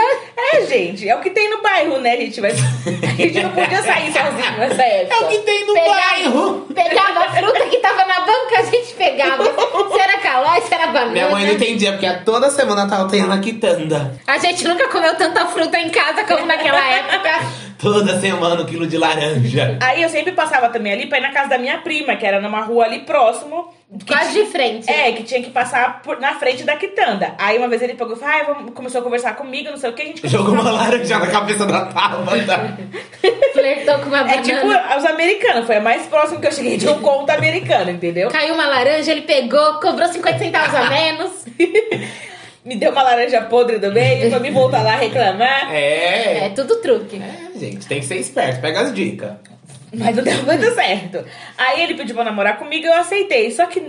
Speaker 3: É, gente, é o que tem no bairro, né, gente? Mas a gente não podia sair sozinho nessa
Speaker 2: É o que
Speaker 3: época.
Speaker 2: tem no
Speaker 1: Pegar-
Speaker 2: bairro.
Speaker 1: Pegava a fruta que tava na banca, a gente pegava. Se era Calói, se era banana.
Speaker 2: Minha mãe não entendia, porque toda semana tava tendo a quitanda.
Speaker 1: A gente nunca comeu tanta fruta em casa como naquela época.
Speaker 2: Toda semana um quilo de laranja.
Speaker 3: Aí eu sempre passava também ali pra ir na casa da minha prima, que era numa rua ali próximo. que
Speaker 1: Quase
Speaker 3: ti-
Speaker 1: de frente.
Speaker 3: É, que tinha que passar por- na frente da quitanda. Aí uma vez ele pegou e falou, ah, vamos- começou a conversar comigo, não sei o que, a gente começou
Speaker 2: Jogou
Speaker 3: a-
Speaker 2: uma laranja na cabeça da Tabata.
Speaker 1: Flertou com uma banana.
Speaker 3: É tipo os americanos, foi a mais próximo que eu cheguei de um conto americano, entendeu?
Speaker 1: Caiu uma laranja, ele pegou, cobrou 50 centavos a menos.
Speaker 3: Me deu uma laranja podre do meio, pra me voltar lá reclamar.
Speaker 1: É
Speaker 2: É.
Speaker 1: tudo truque.
Speaker 2: É, gente, tem que ser esperto. Pega as dicas.
Speaker 3: Mas não deu muito certo. Aí ele pediu pra namorar comigo e eu aceitei. Só que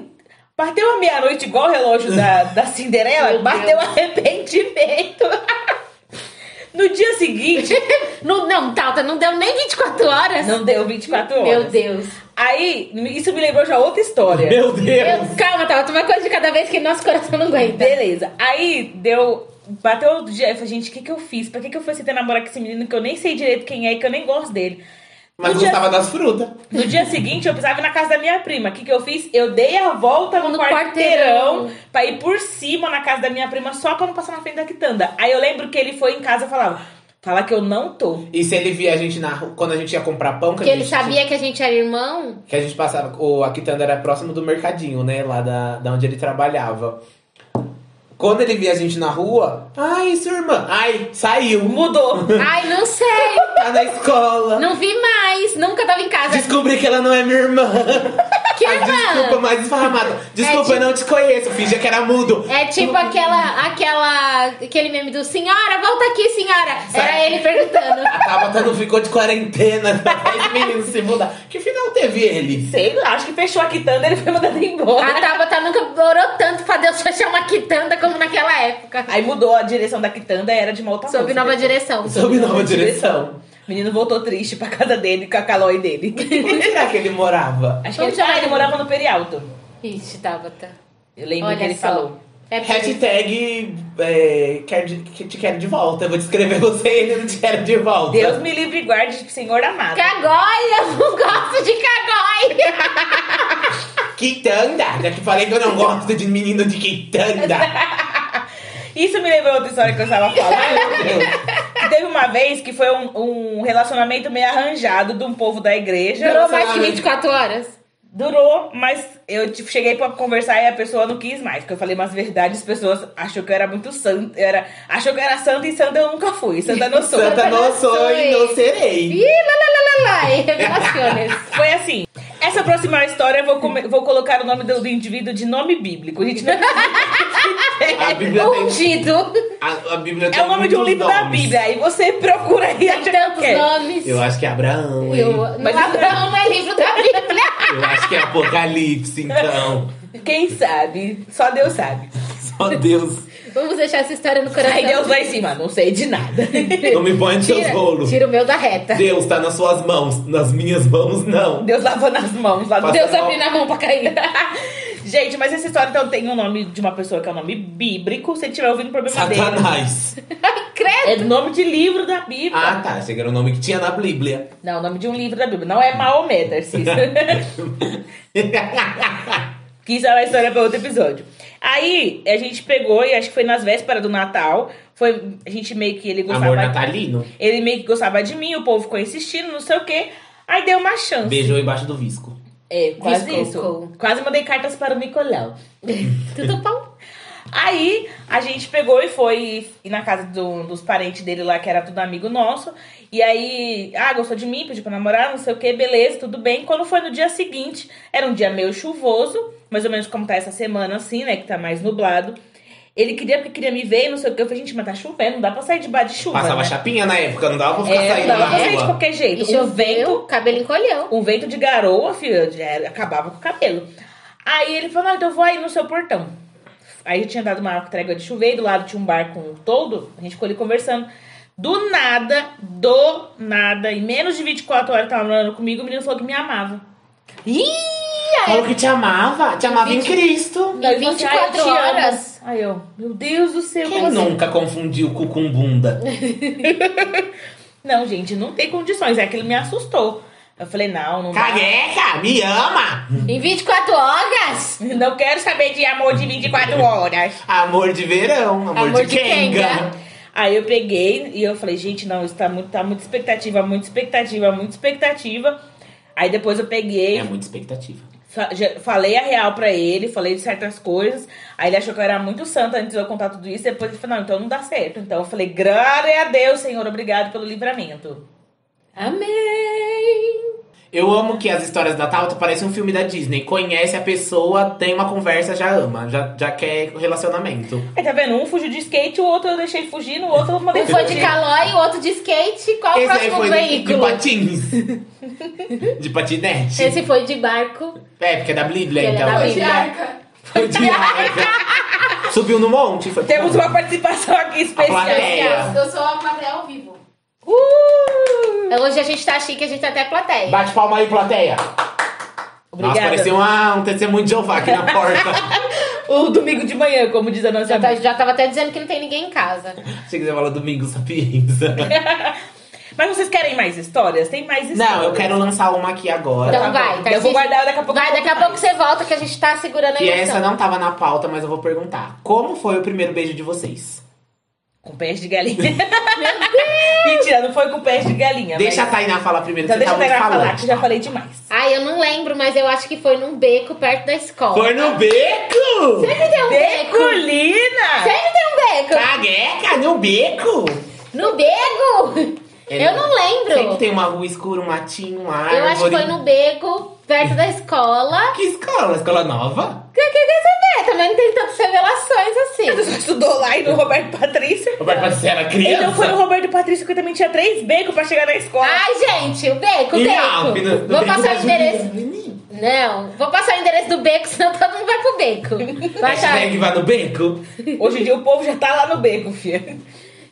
Speaker 3: bateu a meia-noite igual o relógio da, da Cinderela,
Speaker 1: Meu
Speaker 3: bateu arrependimento. No dia seguinte,
Speaker 1: Não, não, Tauta, não deu nem 24 horas.
Speaker 3: não deu 24 horas.
Speaker 1: Meu Deus.
Speaker 3: Aí, isso me lembrou já outra história.
Speaker 2: Meu Deus.
Speaker 1: Eu- calma, Tauta, uma coisa de cada vez que nosso coração não aguenta.
Speaker 3: Beleza. Aí deu. Bateu outro dia. Eu falei, gente, o que, que eu fiz? Pra que, que eu fui aceitar namorar com esse menino que eu nem sei direito quem é e que eu nem gosto dele?
Speaker 2: Mas
Speaker 3: No dia-
Speaker 2: gostava das frutas.
Speaker 3: No dia seguinte, eu precisava ir na casa da minha prima. O que, que eu fiz? Eu dei a volta no,
Speaker 1: No
Speaker 3: quarteirão,
Speaker 1: quarteirão.
Speaker 3: pra ir por cima na casa da minha prima só pra não passar na frente da quitanda. Aí eu lembro que ele foi em casa e falava: Fala que eu não tô.
Speaker 2: E se ele via a gente na rua, quando a gente ia comprar pão, que,
Speaker 1: Porque
Speaker 2: a
Speaker 1: ele
Speaker 2: gente,
Speaker 1: sabia que a gente era irmão.
Speaker 2: que a gente passava. O, a quitanda era próximo do mercadinho, né? Lá da, da onde ele trabalhava. Quando ele via a gente na rua, ai, sua irmã, ai, saiu,
Speaker 3: Mudou.
Speaker 1: Ai, não sei.
Speaker 2: tá na escola.
Speaker 1: Não vi mais. Nunca tava em casa.
Speaker 2: Descobri que ela não é minha irmã.
Speaker 1: Que
Speaker 2: A
Speaker 1: irmã?
Speaker 2: desculpa mais esfarramada. Desculpa,
Speaker 1: É,
Speaker 2: eu não te conheço, fingia que era mudo.
Speaker 1: É tipo aquela,
Speaker 2: é?
Speaker 1: aquela, aquele meme do senhora, volta aqui, senhora. Era
Speaker 2: Sai.
Speaker 1: ele perguntando.
Speaker 2: A Tabata não ficou de quarentena, os meninos se mudar. Que final teve ele?
Speaker 3: Sei lá, acho que fechou a quitanda ele foi mandado
Speaker 1: A
Speaker 3: embora.
Speaker 1: Tabata nunca orou tanto pra Deus fechar uma quitanda como naquela época.
Speaker 3: Aí mudou a direção da quitanda, era de uma outra
Speaker 1: Sob
Speaker 3: música.
Speaker 1: nova direção.
Speaker 2: Sob nova direção.
Speaker 3: O menino voltou triste pra casa dele com a calói dele.
Speaker 2: Onde será que ele morava?
Speaker 3: Acho que
Speaker 1: Vamos
Speaker 3: ele, ah,
Speaker 1: chamar
Speaker 3: ele
Speaker 1: ele.
Speaker 3: morava no Perialto.
Speaker 1: Ixi, Tabata.
Speaker 3: Eu lembro
Speaker 1: Olha
Speaker 3: que ele
Speaker 1: só.
Speaker 3: falou.
Speaker 1: É porque-
Speaker 2: Hashtag é, quer de- que te quero de volta. Eu vou descrever você e ele não te quero de volta.
Speaker 3: Deus me livre e guarde, senhor amado.
Speaker 1: Cagói, eu não gosto de cagói.
Speaker 2: Quitanda! Já te falei que eu não gosto de menino de quitanda.
Speaker 3: Isso me lembrou outra história que eu estava falando.
Speaker 2: Meu Deus.
Speaker 3: que teve uma vez que foi um, um relacionamento meio arranjado de um povo da igreja.
Speaker 1: Durou mais que
Speaker 2: Relacionamento.
Speaker 1: 24 horas.
Speaker 3: Durou, mas eu tipo, cheguei pra conversar e a pessoa não quis mais. Porque eu falei umas verdades, as pessoas achou que eu era muito santa. eu Era, achou que eu era santa e santa eu nunca fui. Santa não sou.
Speaker 2: Santa não sou e não
Speaker 1: Sou.
Speaker 2: serei.
Speaker 1: Ih, lá, lá, lá, lá, lá. E revelações.
Speaker 3: Foi assim. Essa próxima história eu vou, come- vou colocar o nome do, do indivíduo de nome bíblico. A gente não
Speaker 2: A Bíblia tem.
Speaker 1: Ungido.
Speaker 2: A, a Bíblia tem
Speaker 3: É o nome de um
Speaker 2: muitos
Speaker 3: livro da
Speaker 2: nomes.
Speaker 3: Bíblia. Aí você procura aí
Speaker 1: Tem
Speaker 3: acha
Speaker 1: tantos
Speaker 3: que é.
Speaker 1: nomes.
Speaker 2: Eu acho que é Abraão, hein?
Speaker 1: Eu,
Speaker 2: Eu...
Speaker 1: Mas Abraão não é livro da Bíblia.
Speaker 2: acho que é Apocalipse, então.
Speaker 3: Quem sabe? Só Deus sabe.
Speaker 2: Só Deus.
Speaker 1: Vamos deixar essa história no coração.
Speaker 3: Aí Deus lá em cima, não sei de nada.
Speaker 2: Não me põe nos seus
Speaker 1: Tira-
Speaker 2: rolos.
Speaker 1: Tira o meu da reta.
Speaker 2: Deus tá nas suas mãos. Nas minhas mãos, não.
Speaker 3: Deus lavando as mãos lá do
Speaker 2: Passa-
Speaker 1: Deus abriu na mão pra cair.
Speaker 3: Gente, mas essa história então tem o nome de uma pessoa que é o nome bíblico. Se ele tiver ouvindo, problema dele.
Speaker 2: Satanás.
Speaker 1: Credo.
Speaker 3: É do nome de livro da Bíblia.
Speaker 2: Ah, tá. Esse aqui era o nome que tinha na Bíblia.
Speaker 3: Não, o nome de um livro da Bíblia. Não é Maomé, Tarcísio. Que isso é uma história para outro episódio. Aí a gente pegou, e acho que foi nas vésperas do Natal. Foi, a gente meio que ele gostava.
Speaker 2: Amor natalino.
Speaker 3: Ele meio que gostava de mim, o povo ficou insistindo, não sei o quê. Aí deu uma chance.
Speaker 2: Beijou embaixo do visco.
Speaker 3: É, quase
Speaker 1: Viscou.
Speaker 3: isso. Quase mandei cartas para o Nicolau.
Speaker 1: Tudo bom?
Speaker 3: Aí a gente pegou e foi ir na casa do- dos parentes dele lá, que era tudo amigo nosso. E aí, ah, gostou de mim, pediu pra namorar, não sei o que, beleza, tudo bem. Quando foi no dia seguinte, era um dia meio chuvoso, mais ou menos como tá essa semana, assim, né? Que tá mais nublado. Ele queria porque queria me ver, não sei o que. Eu falei, gente, mas tá chovendo, não dá pra sair debaixo de chuva.
Speaker 2: Passava
Speaker 3: né?
Speaker 2: chapinha na época, não dava pra ficar
Speaker 3: É, não
Speaker 2: saindo
Speaker 3: dava
Speaker 2: na
Speaker 3: pra sair de
Speaker 2: rua.
Speaker 3: qualquer
Speaker 1: E
Speaker 3: jeito. O
Speaker 1: choveu,
Speaker 3: vento
Speaker 1: o cabelo encolheu.
Speaker 3: um vento de garoa, filho, de- é, acabava com o cabelo. Aí ele falou, ah, então eu vou aí no seu portão. Aí eu tinha dado uma trégua de chuveiro, do lado tinha um bar com um todo, a gente ficou ali conversando. Do nada, do nada, em menos de 24 horas tava morando comigo, o menino falou que me amava.
Speaker 1: Ih,
Speaker 2: Falou que te amava. Te amava em Cristo.
Speaker 1: em 24 horas.
Speaker 3: Aí eu, meu Deus do céu. assim?"
Speaker 2: Quem
Speaker 3: mas-
Speaker 2: nunca confundiu cu com bunda?
Speaker 3: Não, gente, não tem condições. É que ele me assustou. Eu falei, não, não dá.
Speaker 2: Cagueca, me ama!
Speaker 1: Em 24 horas?
Speaker 3: Não quero saber de amor de 24 horas.
Speaker 2: Amor de verão, amor,
Speaker 1: Amor de
Speaker 2: de, Kenga.
Speaker 1: Kenga.
Speaker 3: Aí eu peguei e eu falei, gente, não, isso tá muito, tá muita expectativa, muita expectativa, muita expectativa. Aí depois eu peguei,
Speaker 2: É muita expectativa.
Speaker 3: fa- já- falei a real pra ele, falei de certas coisas. Aí ele achou que eu era muito santa antes de eu contar tudo isso. Depois ele falou, não, então não dá certo. Então eu falei, glória a Deus, Senhor, obrigado pelo livramento.
Speaker 1: Amém.
Speaker 2: Eu amo que as histórias da Tauta parecem um filme da Disney. Conhece a pessoa, tem uma conversa, já ama, já, já quer relacionamento.
Speaker 3: Aí tá vendo? Um fugiu de skate, o outro eu deixei fugir, no outro eu mandei
Speaker 1: Um foi de
Speaker 3: fugir.
Speaker 1: calói, o outro de skate. Qual o próximo
Speaker 2: de, de
Speaker 1: veículo?
Speaker 2: patins. de patinete.
Speaker 1: Esse foi de barco.
Speaker 2: É, porque é da Bíblia,
Speaker 1: Ele é
Speaker 2: então.
Speaker 1: da
Speaker 4: Foi de
Speaker 1: Bíblia.
Speaker 4: arca.
Speaker 2: Foi de arca. Subiu no monte. Foi
Speaker 3: Temos uma participação aqui
Speaker 2: A
Speaker 3: especial.
Speaker 2: plateia.
Speaker 1: Especial.
Speaker 4: Eu sou a plateia ao vivo.
Speaker 3: Uh!
Speaker 1: Hoje a gente tá chique, a gente tá até plateia.
Speaker 2: Bate palma aí, plateia. Nossa,
Speaker 3: Obrigada.
Speaker 2: parecia uma, um testemunho de Jeová aqui na porta.
Speaker 3: O domingo de manhã, como diz a nossa
Speaker 1: Já, tá- já tava até dizendo que não tem ninguém em casa.
Speaker 2: Achei que você falou domingo sapienza.
Speaker 3: Mas vocês querem mais histórias? Tem mais histórias?
Speaker 2: Não, eu quero lançar uma aqui agora.
Speaker 1: Então vai,
Speaker 3: Eu vou
Speaker 1: Tarcísio.
Speaker 3: guardar daqui a pouco.
Speaker 1: Vai, daqui a pouco você volta que a gente tá segurando a
Speaker 2: E essa
Speaker 1: emoção.
Speaker 2: não tava na pauta, mas eu vou perguntar. Como foi o primeiro beijo de vocês?
Speaker 3: Com pés de galinha. Mentira, não foi com pés de galinha.
Speaker 2: Deixa a
Speaker 3: mas...
Speaker 2: Tainá falar primeiro,
Speaker 3: Então
Speaker 2: que você tá
Speaker 3: deixa eu
Speaker 2: muito
Speaker 3: pegar falar,
Speaker 2: falante.
Speaker 3: que eu já falei demais.
Speaker 1: Ai, eu não lembro, mas eu acho que foi num beco perto da escola.
Speaker 2: Foi no beco!
Speaker 1: Sempre tem um beco.
Speaker 3: Decolina!
Speaker 1: Sempre tem um beco.
Speaker 2: Cagueca, no beco!
Speaker 1: No beco?
Speaker 2: É,
Speaker 1: eu não lembro.
Speaker 2: Sempre tem uma rua escura, um matinho, uma árvore.
Speaker 1: Eu acho que foi no beco, perto da escola.
Speaker 2: Que escola? Escola nova?
Speaker 1: Que que quer saber? Também não tem tantas revelações
Speaker 3: Você
Speaker 1: assim.
Speaker 3: só estudou lá e no Roberto Patrício.
Speaker 2: Roberto Patrício era criança?
Speaker 3: Então foi no Roberto Patrício que eu também tinha três becos pra chegar na escola.
Speaker 1: Ai, gente, o beco, o
Speaker 2: Em
Speaker 1: beco.
Speaker 2: Alp, no- no
Speaker 1: vou
Speaker 2: beco
Speaker 1: passar
Speaker 2: da
Speaker 1: o endereço.
Speaker 2: Juliana.
Speaker 1: Não, vou passar o endereço do beco, senão todo mundo vai pro beco. Vai achar.
Speaker 2: Hashtag vai no beco.
Speaker 3: Hoje em dia o povo já tá lá no beco, filha.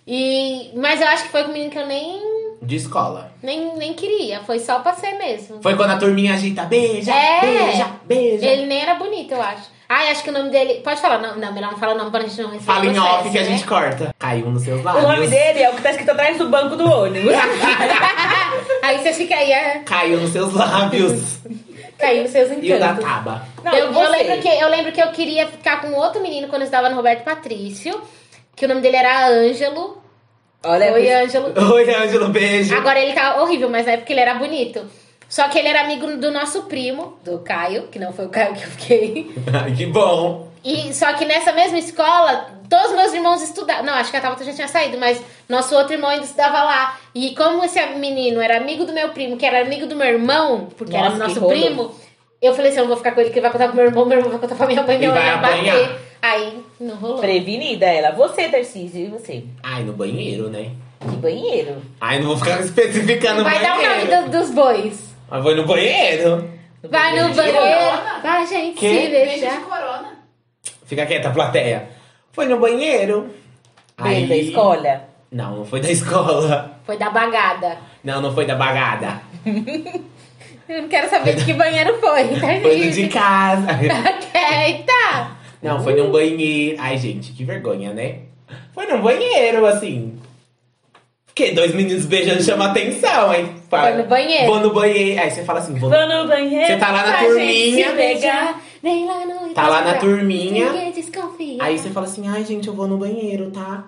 Speaker 1: E, mas eu acho que foi com o menino que eu nem,
Speaker 2: De escola.
Speaker 1: nem, nem queria. Foi só pra ser mesmo.
Speaker 2: Foi quando a turminha agita, beija,
Speaker 1: É.
Speaker 2: beija, beija.
Speaker 1: Ele nem era bonito, eu acho. Ai, acho que o nome dele. Pode falar, não, não melhor não fala não pra gente não receber
Speaker 2: Fala em
Speaker 1: processo,
Speaker 2: off que a
Speaker 1: né?
Speaker 2: gente corta. Caiu nos seus
Speaker 3: O
Speaker 2: lábios.
Speaker 3: nome dele é o que tá escrito atrás do banco do ônibus.
Speaker 2: Ah.
Speaker 1: aí você fica aí, é,
Speaker 2: Caiu nos seus lábios.
Speaker 1: caiu nos seus
Speaker 2: e o da
Speaker 1: encantos.
Speaker 2: Taba.
Speaker 3: Não,
Speaker 1: eu, eu
Speaker 3: você.
Speaker 1: lembro que, eu lembro que eu queria ficar com outro menino quando eu estava no Roberto Patrício, que o nome dele era Ângelo.
Speaker 3: Olha,
Speaker 1: Oi, Ângelo.
Speaker 2: Oi, Ângelo, beijo.
Speaker 1: Agora ele tá horrível, mas na época ele era bonito. Só que ele era amigo do nosso primo, do Caio, que não foi o Caio que eu fiquei.
Speaker 2: Ai, que bom.
Speaker 1: E só que nessa mesma escola, todos meus irmãos estudavam. Não, acho que a Tabata já tinha saído, mas nosso outro irmão ainda estudava lá. E como esse menino era amigo do meu primo, que era amigo do meu irmão, porque era
Speaker 3: Nossa, que
Speaker 1: nosso
Speaker 3: rolo.
Speaker 1: primo, eu falei assim: eu não vou ficar com ele, que ele vai contar pro meu irmão, meu irmão vai contar pra minha mãe, minha
Speaker 2: E
Speaker 1: mãe
Speaker 2: vai
Speaker 1: vai bater.
Speaker 2: apanhar.
Speaker 1: Aí não rolou.
Speaker 3: prevenida ela. Você, Tarcísio, e você?
Speaker 2: Ai, no banheiro, né?
Speaker 3: Que banheiro.
Speaker 2: Ai, não vou ficar especificando
Speaker 1: vai dar o
Speaker 2: Tá banheiro.
Speaker 1: nome do- dos bois.
Speaker 2: Mas vou no banheiro.
Speaker 1: Vai no
Speaker 4: banheiro.
Speaker 1: banheiro, vai, gente,
Speaker 2: Que?
Speaker 1: se
Speaker 4: Beijo
Speaker 1: beijar.
Speaker 4: de corona.
Speaker 2: Fica quieta, plateia. Foi no banheiro.
Speaker 3: Beijo da escola.
Speaker 2: Não, não foi da escola.
Speaker 1: Foi da bagada.
Speaker 2: Não, não foi da bagada.
Speaker 1: Eu não quero saber de que banheiro foi, tá
Speaker 2: Foi no de
Speaker 1: livre.
Speaker 2: casa.
Speaker 1: Ok, tá.
Speaker 2: Não, foi num banheiro. Ai, gente, que vergonha, né? Foi num banheiro, assim. Porque dois meninos beijando chama atenção, hein? Fala,
Speaker 1: Foi no banheiro.
Speaker 2: Vou no banheiro. Aí você fala assim, vou no...
Speaker 3: Vou no banheiro.
Speaker 2: Você tá lá na
Speaker 3: pra gente
Speaker 2: turminha.
Speaker 3: se pegar.
Speaker 1: Vem lá no
Speaker 2: Tá lá na turminha.
Speaker 1: Ninguém desconfia.
Speaker 2: Aí você fala assim, ai, gente, eu vou no banheiro, tá?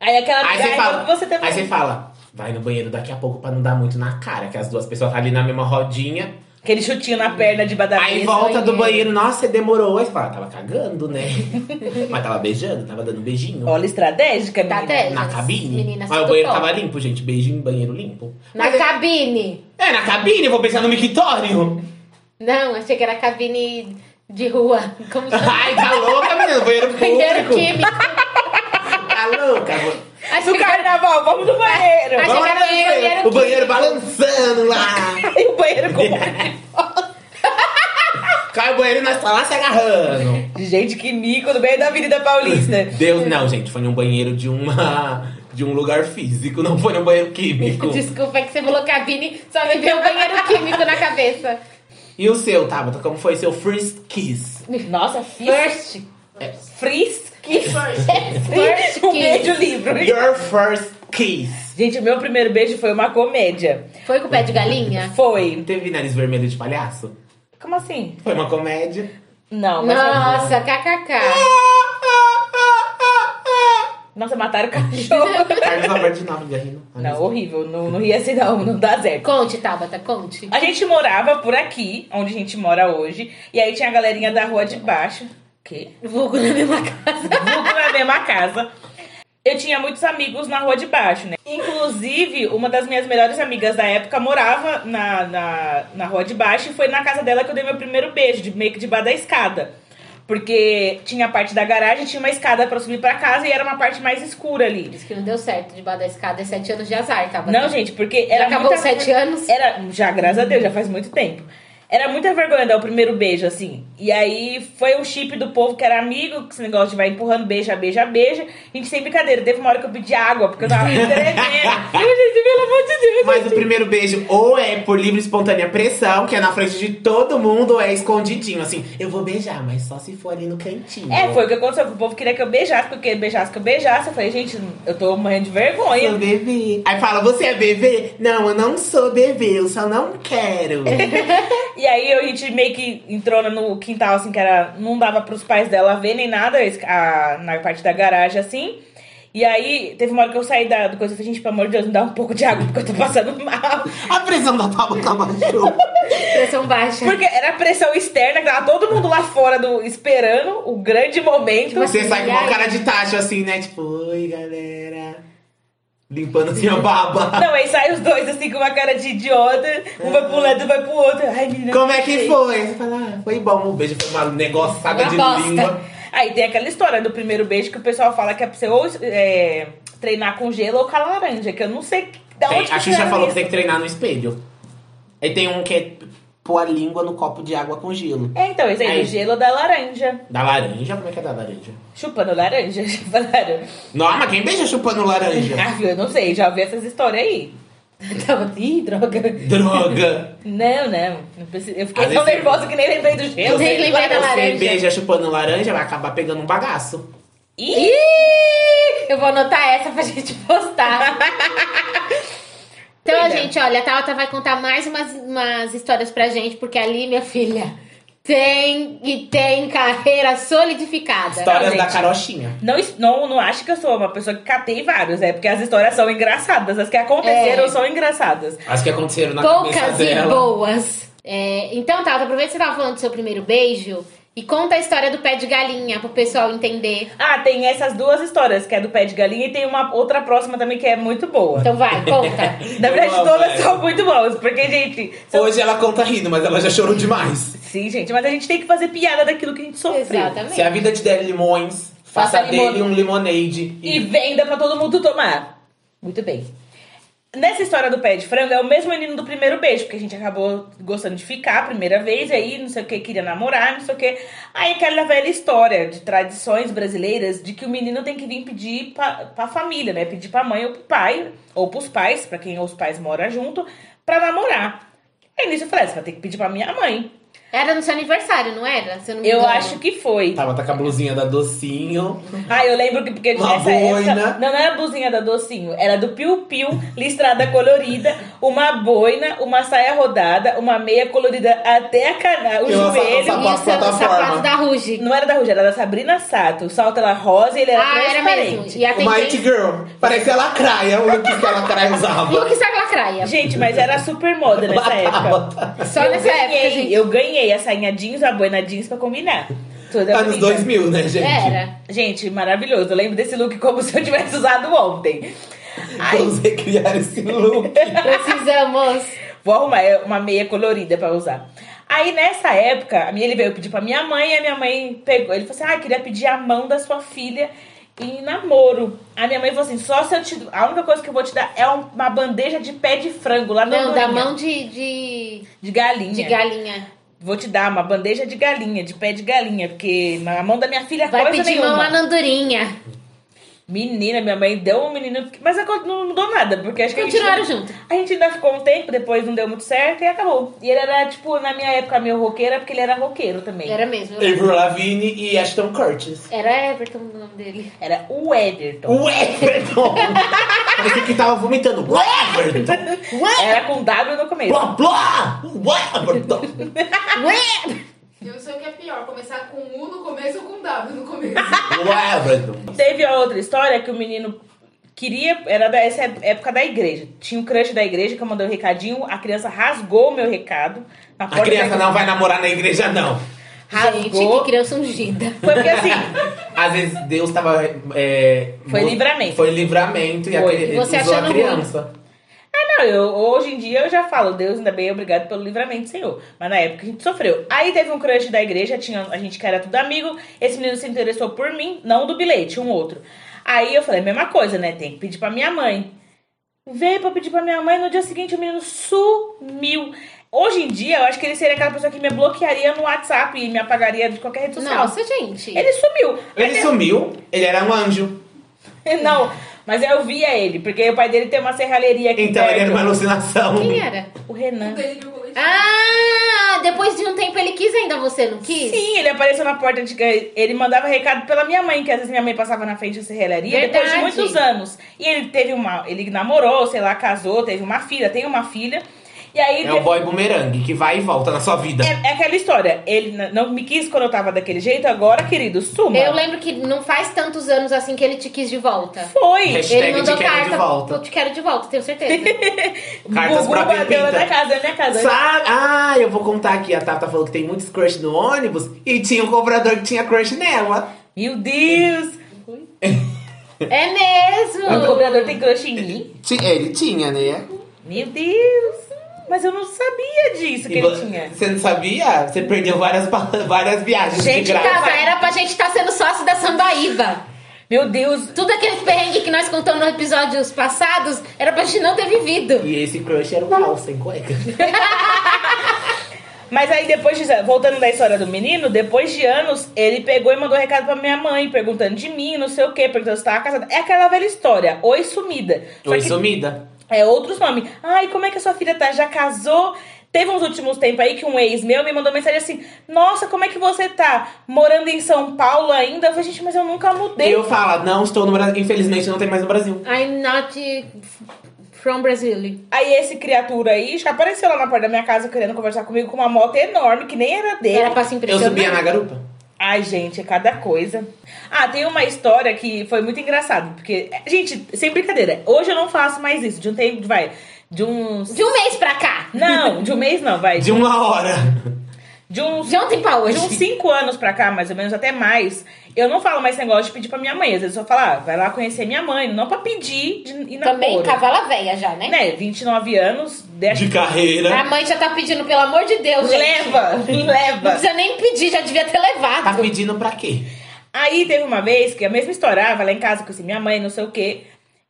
Speaker 3: Aí aquela
Speaker 2: Aí você fala,
Speaker 3: você também.
Speaker 2: aí você fala, vai no banheiro daqui a pouco pra não dar muito na cara, que as duas pessoas tá ali na mesma rodinha.
Speaker 3: Aquele chutinho na perna de
Speaker 1: Tá
Speaker 3: badalina.
Speaker 2: Aí volta do
Speaker 1: banheiro.
Speaker 2: banheiro, nossa, você demorou. Aí você fala, tava cagando, né? Mas tava beijando, tava dando beijinho.
Speaker 3: Olha, estratégica, menina.
Speaker 1: Estratégia.
Speaker 2: Na cabine?
Speaker 1: Meninas,
Speaker 2: Mas
Speaker 1: tudo
Speaker 2: o banheiro
Speaker 1: top.
Speaker 2: tava limpo, gente. Beijinho em banheiro limpo.
Speaker 1: Na
Speaker 2: Mas é-
Speaker 1: cabine.
Speaker 2: É, na cabine, eu vou pensar no mictório.
Speaker 1: Não, achei que era cabine de rua. Como chama?
Speaker 2: Ai, tá louca, menina. Banheiro
Speaker 1: Banheiro
Speaker 2: público.
Speaker 1: químico.
Speaker 2: Tá louca. vou-
Speaker 1: Achei
Speaker 3: No
Speaker 1: que era...
Speaker 3: carnaval, vamos no banheiro.
Speaker 1: Mas-
Speaker 2: Vamos lá,
Speaker 1: era no
Speaker 2: banheiro.
Speaker 1: Tá banheiro
Speaker 2: O banheiro balançando lá.
Speaker 3: E o banheiro com...
Speaker 2: Cai o banheiro e nós tá lá se agarrando.
Speaker 3: Gente, que mico no meio da Avenida Paulista.
Speaker 2: Deus, não, gente. Foi num banheiro de uma... De um lugar físico, não foi num banheiro químico.
Speaker 1: Desculpa, é que você falou cabine, só me veio o banheiro químico na cabeça.
Speaker 2: E o seu, Tabata? Como foi seu first kiss? É,
Speaker 3: Nossa, Fris.
Speaker 1: First.
Speaker 3: Fris. Que
Speaker 1: First
Speaker 3: Um
Speaker 1: kiss.
Speaker 3: beijo livro.
Speaker 2: Your first kiss.
Speaker 3: Gente, o meu primeiro beijo foi uma comédia.
Speaker 1: Foi com o pé de galinha?
Speaker 3: Foi.
Speaker 2: Teve nariz vermelho de palhaço?
Speaker 3: Como assim?
Speaker 2: Foi uma comédia.
Speaker 3: Não, mas.
Speaker 1: Nossa, kkk.
Speaker 3: Nossa, mataram o cachorro.
Speaker 2: Carlos Alberto de Nobre Garrino.
Speaker 3: Não, horrível. Não, não ria assim, não. Não dá certo.
Speaker 1: Conte, Tabata, conte.
Speaker 3: A gente morava por aqui, onde a gente mora hoje. E aí tinha a galerinha da rua de baixo. Que?
Speaker 1: Vulgo na mesma casa.
Speaker 3: Vulgo na é mesma casa. Eu tinha muitos amigos na rua de baixo, né? Inclusive, uma das minhas melhores amigas da época morava na, na, na rua de baixo e foi na casa dela que eu dei meu primeiro beijo, de, meio que de baixo da escada. Porque tinha a parte da garagem, tinha uma escada pra subir pra casa e era uma parte mais escura ali.
Speaker 1: Diz que não deu certo debaixo da escada. É sete anos de azar, Tabata.
Speaker 3: Não, gente, porque
Speaker 1: Já
Speaker 3: era
Speaker 1: acabou
Speaker 3: muita
Speaker 1: os sete anos?
Speaker 3: Era, já, graças a Deus, já faz muito tempo. Era muita vergonha dar o primeiro beijo, assim. E aí foi um chip do povo que era amigo, que esse negócio de vai empurrando, beija, beija, beija. A gente sem brincadeira. Teve uma hora que eu pedi água, porque eu tava me tremendo. Eu disse, pelo amor de Deus.
Speaker 2: Mas o primeiro beijo ou é por livre e espontânea pressão, que é na frente de todo mundo, ou é escondidinho, assim. Eu vou beijar, mas só se for ali no cantinho.
Speaker 3: É, foi o que aconteceu. O povo queria que eu beijasse, porque beijasse que eu beijasse. Eu falei, gente, eu tô morrendo de
Speaker 2: Eu sou
Speaker 3: vergonha.
Speaker 2: bebê. Aí fala, você é bebê? Não, eu não sou bebê, eu só não quero.
Speaker 3: E aí a gente meio que entrou no quintal, assim, que era. Não dava pros pais dela ver nem nada, es- a- na parte da garagem, assim. E aí teve uma hora que eu saí da do coisa e falei, gente, pelo amor de Deus, me dá um pouco de água, porque eu tô passando mal.
Speaker 2: A pressão da tábua tá baixou.
Speaker 1: Pressão baixa.
Speaker 3: Porque era a pressão externa, que tava todo mundo lá fora do, esperando o grande momento.
Speaker 1: Mas-
Speaker 2: Você sai com
Speaker 1: E
Speaker 2: uma
Speaker 1: aí?
Speaker 2: cara de tacho, assim, né? Tipo, oi, galera. Limpando assim a baba.
Speaker 3: Não, aí saem os dois assim com uma cara de idiota. Um vai pro lado, um vai pro outro. Ai, menina.
Speaker 2: Como é
Speaker 3: não
Speaker 2: que
Speaker 3: sei.
Speaker 2: foi? Você fala, ah, foi bom. O beijo foi uma negoçada
Speaker 1: Uma
Speaker 2: de
Speaker 1: bosta.
Speaker 2: língua.
Speaker 3: Aí tem aquela história do primeiro beijo que o pessoal fala que é pra você ou é, treinar com gelo ou com a laranja, que eu não sei da
Speaker 2: Tem-
Speaker 3: onde
Speaker 2: a
Speaker 3: que
Speaker 2: Xuxa
Speaker 3: tiraram
Speaker 2: falou que
Speaker 3: isso.
Speaker 2: tem que treinar no espelho. Aí tem um que é pôr a língua no copo de água com gelo.
Speaker 3: É, então, esse aí,
Speaker 2: Aí.
Speaker 3: do gelo ou da laranja.
Speaker 2: Da laranja? Como é que é da laranja?
Speaker 3: Chupando laranja, já falaram.
Speaker 2: Não, mas quem beija chupando laranja?
Speaker 3: Ah, viu, eu não sei, já ouvi essas histórias aí.
Speaker 1: Tava, ih, droga.
Speaker 2: Droga!
Speaker 3: Não, não. não precisa- Eu fiquei
Speaker 2: Às
Speaker 3: tão
Speaker 2: vezes-
Speaker 3: nervosa que nem lembrei do
Speaker 1: Eu
Speaker 3: gelo.
Speaker 1: nem lembrei da
Speaker 2: Você
Speaker 1: laranja.
Speaker 2: beija chupando laranja, vai acabar pegando um bagaço.
Speaker 3: Ih!
Speaker 1: Ih, eu vou anotar essa pra gente postar. Então,
Speaker 2: é.
Speaker 3: Cuida.
Speaker 1: gente, olha, a Tauta vai contar mais umas, umas histórias pra gente, porque ali, minha filha, tem e tem carreira solidificada.
Speaker 2: Histórias
Speaker 3: gente.
Speaker 2: da carochinha.
Speaker 3: Não, es- não, não acho que eu sou uma pessoa que catei vários, é porque as histórias são engraçadas. As que aconteceram
Speaker 1: É.
Speaker 3: são engraçadas.
Speaker 2: As que aconteceram na cabeça
Speaker 1: Poucas e
Speaker 2: dela.
Speaker 1: boas. É, então, Tauta, aproveita que você tava falando do seu primeiro beijo e conta a história do pé de galinha pro pessoal entender.
Speaker 3: Ah, tem essas duas histórias, que é do pé de galinha, e tem uma outra próxima também que é muito boa.
Speaker 1: Então vai, conta.
Speaker 3: Na verdade,
Speaker 2: Boa,
Speaker 3: todas
Speaker 2: vai.
Speaker 3: são muito boas, porque, gente. são-
Speaker 2: Hoje ela conta rindo, mas ela já chorou demais.
Speaker 3: Sim, gente, mas a gente tem que fazer piada daquilo que a gente sofreu.
Speaker 1: Exatamente.
Speaker 2: Se a vida te der limões,
Speaker 3: Faça
Speaker 2: faça
Speaker 3: limone-
Speaker 2: dele um limonade.
Speaker 3: E venda pra todo mundo tomar. Muito bem. Nessa história do pé de frango, é o mesmo menino do primeiro beijo, porque a gente acabou gostando de ficar a primeira vez, e aí não sei o que, queria namorar, não sei o que. Aí aquela velha história de tradições brasileiras de que o menino tem que vir pedir pra, pra família, né? Pedir pra mãe ou pro pai, ou pros pais, pra quem os pais moram junto, pra namorar. Aí nisso eu falei, "Ah, você vai ter que pedir pra minha mãe.
Speaker 1: Era no seu aniversário, não era? Se eu não me
Speaker 3: Eu
Speaker 1: engano.
Speaker 3: acho que foi.
Speaker 2: Tava tá com a blusinha da docinho.
Speaker 3: Ah, eu lembro que porque
Speaker 2: Uma
Speaker 3: nessa época.
Speaker 2: boina.
Speaker 3: Não, não era a blusinha da docinho, era do piu-piu, listrada colorida, uma boina, uma saia rodada, uma meia colorida até a cana, o
Speaker 2: E uma
Speaker 3: joelho.
Speaker 2: sapato-
Speaker 1: E o seu
Speaker 2: plataforma.
Speaker 1: sapato da Ruge.
Speaker 3: Não era da Ruge, era da Sabrina Sato. O salto era rosa e ele era
Speaker 1: ah, era
Speaker 3: transparente.
Speaker 1: mesmo. E a
Speaker 2: Uma It
Speaker 1: tendência...
Speaker 2: Girl. Parecia a lacraia, é o look que a lacraia usava.
Speaker 1: Look sabe lacraia.
Speaker 3: Gente, mas era super moda nessa época.
Speaker 1: Só
Speaker 3: eu
Speaker 1: nessa
Speaker 3: ganhei,
Speaker 1: época, gente.
Speaker 3: Eu ganhei a sainha jeans, a boina jeans pra combinar. Toda
Speaker 2: Anos
Speaker 3: bonita.
Speaker 2: 2000, né, gente?
Speaker 1: Era.
Speaker 3: Gente, maravilhoso. Eu lembro desse look como se eu tivesse usado ontem. Ai,
Speaker 2: Vamos recriar esse look.
Speaker 1: Precisamos.
Speaker 3: Vou arrumar é uma meia colorida pra usar. Aí nessa época, a minha, ele veio pedir pra minha mãe, e a minha mãe pegou. Ele falou assim: Ah, queria pedir a mão da sua filha em namoro. A minha mãe falou assim: só se eu te. A única coisa que eu vou te dar é uma bandeja de pé de frango lá na
Speaker 1: Não, da
Speaker 3: andorinha."
Speaker 1: mão de, de,
Speaker 3: de galinha.
Speaker 1: de galinha.
Speaker 3: Vou te dar uma bandeja de galinha, de pé de galinha, porque na mão da minha filha é
Speaker 1: Vai
Speaker 3: coisa
Speaker 1: pedir
Speaker 3: nenhuma.
Speaker 1: mão lá na andorinha.
Speaker 3: Menina, minha mãe deu um menino. Mas a coisa não mudou nada, porque acho que a gente.
Speaker 1: Continuaram junto.
Speaker 3: A gente ainda ficou um tempo, depois não deu muito certo e acabou. E ele era, tipo, na minha época, meio roqueira, porque ele era roqueiro também. Era,
Speaker 1: Era mesmo.
Speaker 2: Avril Lavigne e Ashton Curtis.
Speaker 1: Era Everton o nome dele.
Speaker 3: o Ederton.
Speaker 2: O Everton! Parecia que tava vomitando. O Everton!
Speaker 3: Era com W no começo.
Speaker 2: Blá, blá! O Everton!
Speaker 1: Ué!
Speaker 4: Eu sei o que é pior, começar com U no começo ou com W no começo.
Speaker 2: O Everton!
Speaker 3: Teve a outra história que o menino queria. Era dessa época da igreja. Tinha um crush da igreja que eu mandei um recadinho. A criança rasgou o meu recado. Na
Speaker 2: A
Speaker 3: porta
Speaker 2: criança
Speaker 3: da-
Speaker 2: não vai namorar na igreja, não.
Speaker 1: Gente,
Speaker 3: Rasgou.
Speaker 1: que criança ungida.
Speaker 3: Foi porque assim.
Speaker 2: Às vezes Deus tava. é,
Speaker 3: Foi
Speaker 2: mo-
Speaker 3: livramento.
Speaker 2: Foi livramento e a,
Speaker 3: Foi.
Speaker 2: cri-
Speaker 1: E você
Speaker 2: usou a
Speaker 1: achando
Speaker 2: criança.
Speaker 3: ah, não, eu, hoje em dia eu já falo, Deus, ainda bem, obrigado pelo livramento, Senhor. Mas na época a gente sofreu. Aí teve um crush da igreja, tinha, a gente que era tudo amigo. Esse menino se interessou por mim, não do bilhete, um outro. Aí eu falei, mesma coisa, né? Tem que pedir pra minha mãe. Veio pra pedir pra minha mãe, no dia seguinte o menino sumiu. Hoje em dia, eu acho que ele seria aquela pessoa que me bloquearia no WhatsApp e me apagaria de qualquer rede social.
Speaker 1: Nossa, gente.
Speaker 3: Ele é sumiu.
Speaker 2: Ele sumiu, ele era um anjo.
Speaker 3: Não, mas eu via ele, porque o pai dele tem uma serralheria aqui
Speaker 2: Então ele era uma
Speaker 3: perto.
Speaker 2: alucinação.
Speaker 1: Quem era?
Speaker 3: O Renan.
Speaker 4: Delírio coletivo.
Speaker 1: Ah, depois de um tempo ele quis ainda, você não quis?
Speaker 3: Sim, ele apareceu na porta de Ele mandava recado pela minha mãe, que às vezes minha mãe passava na frente da serralheria depois de
Speaker 1: Verdade.
Speaker 3: muitos anos. E ele teve uma. Ele namorou, sei lá, casou, teve uma filha, tem uma filha. E aí.
Speaker 2: É o boy bumerangue que vai e volta na sua vida.
Speaker 3: é- é aquela história. Ele n- não me quis quando eu tava daquele jeito, agora, querido, suma.
Speaker 1: Eu lembro que não faz tantos anos assim que ele te quis de volta.
Speaker 3: Foi.
Speaker 2: Hashtag
Speaker 1: ele mandou
Speaker 2: te quero
Speaker 1: carta.
Speaker 2: de volta.
Speaker 1: Eu te quero de volta, tenho certeza.
Speaker 2: Cartas
Speaker 3: Gugu
Speaker 2: pra
Speaker 3: bateu lá
Speaker 2: Pepita.
Speaker 3: na casa, na minha casa.
Speaker 2: Sabe? Ah, eu vou contar aqui. A Tata falou que tem muitos crush no ônibus e tinha um cobrador que tinha crush nela.
Speaker 3: Meu Deus!
Speaker 1: é mesmo!
Speaker 3: O cobrador tem crush em mim?
Speaker 2: Ti- Ele tinha, né?
Speaker 3: Meu Deus! Mas eu não sabia disso que
Speaker 2: E
Speaker 3: ele
Speaker 2: vo-
Speaker 3: tinha.
Speaker 2: Você não sabia? Você perdeu várias, pa- várias viagens
Speaker 3: Gente,
Speaker 2: de
Speaker 1: Tá,
Speaker 2: graça.
Speaker 1: mas era pra gente estar sendo sócio da Sambaíba.
Speaker 3: Meu Deus!
Speaker 1: Tudo aqueles perrengue que nós contamos nos episódios passados era pra gente não ter vivido.
Speaker 2: E esse crush era um alça em cueca.
Speaker 3: Mas aí depois, de, voltando da história do menino, depois de anos, ele pegou e mandou recado pra minha mãe, perguntando de mim, não sei o quê, perguntando se tava casada. É aquela velha história, oi sumida. Só
Speaker 2: Oi,
Speaker 3: que
Speaker 2: sumida.
Speaker 3: É, outros nomes. Ai, como é que a sua filha tá? Já casou? Teve uns últimos tempos aí que um ex meu me mandou mensagem assim: Nossa, como é que você tá? Morando em São Paulo ainda? Eu falei, gente, mas eu nunca
Speaker 2: E
Speaker 3: mudei.
Speaker 2: eu falo, não estou no Brasil. Infelizmente não tem mais no Brasil.
Speaker 1: I'm not eh, from Brazil.
Speaker 3: Aí esse criatura aí já apareceu lá na porta da minha casa querendo conversar comigo com uma moto enorme que nem era dele.
Speaker 1: Era pra se
Speaker 2: Eu
Speaker 1: impressionar.
Speaker 2: subia na garupa.
Speaker 3: Ai, gente, é cada coisa. Ah, tem uma história que foi muito engraçada, porque, gente, sem brincadeira, hoje eu não faço mais isso. De um tempo, vai, de uns.
Speaker 1: De um mês pra cá.
Speaker 3: Não, de um mês não, vai.
Speaker 2: De uma hora.
Speaker 3: de uns
Speaker 1: De um ontem pra hoje.
Speaker 3: De uns 5 anos pra cá, mais ou menos, até mais, eu não falo mais esse negócio de pedir pra minha mãe. Às vezes eu falo, ah, vai lá conhecer minha mãe. Não pra pedir de ir na
Speaker 1: Também tá cavala velha já, né?
Speaker 3: Né, 29 anos, deixa...
Speaker 2: De carreira.
Speaker 1: A mãe já tá pedindo, pelo amor de Deus, gente.
Speaker 3: Leva,
Speaker 1: Não
Speaker 3: leva.
Speaker 1: precisa nem pedir, já devia ter
Speaker 2: Tá
Speaker 1: levado.
Speaker 2: pedindo pra quê?
Speaker 3: Aí teve uma vez que a mesma história, vai lá em casa conheci minha mãe, não sei o quê.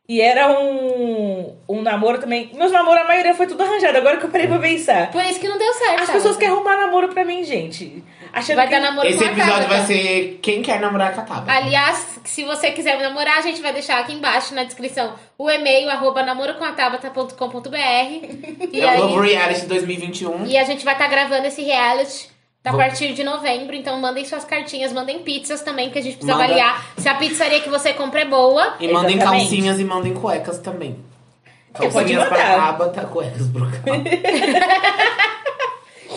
Speaker 3: E era um, um namoro também. Meus namoros, a maioria foi tudo arranjado. Agora que eu parei pra pensar.
Speaker 1: Por isso que não deu certo.
Speaker 3: As
Speaker 1: sabe?
Speaker 3: pessoas querem arrumar namoro pra mim, gente. Achando
Speaker 1: tá Vai
Speaker 3: que...
Speaker 1: dar namoro
Speaker 2: Esse
Speaker 1: com a
Speaker 2: episódio
Speaker 1: Tabata.
Speaker 2: vai ser Quem Quer Namorar com a Tabata.
Speaker 1: Aliás, se você quiser me namorar, a gente vai deixar aqui embaixo na descrição o e-mail, arroba namorocomatabata.com.br. e,
Speaker 2: É o Love
Speaker 1: aí,
Speaker 2: Reality 2021.
Speaker 1: e a gente vai estar gravando esse reality a
Speaker 2: Vou-
Speaker 1: partir de novembro. Então mandem suas cartinhas, mandem pizzas também, que a gente precisa
Speaker 2: Manda.
Speaker 1: avaliar se a pizzaria que você compra é boa.
Speaker 2: E mandem
Speaker 3: Exatamente.
Speaker 2: calcinhas e mandem cuecas também.
Speaker 3: Você pode
Speaker 2: Calcinhas pra
Speaker 3: mandar.
Speaker 2: Tabata, cuecas pro Cal.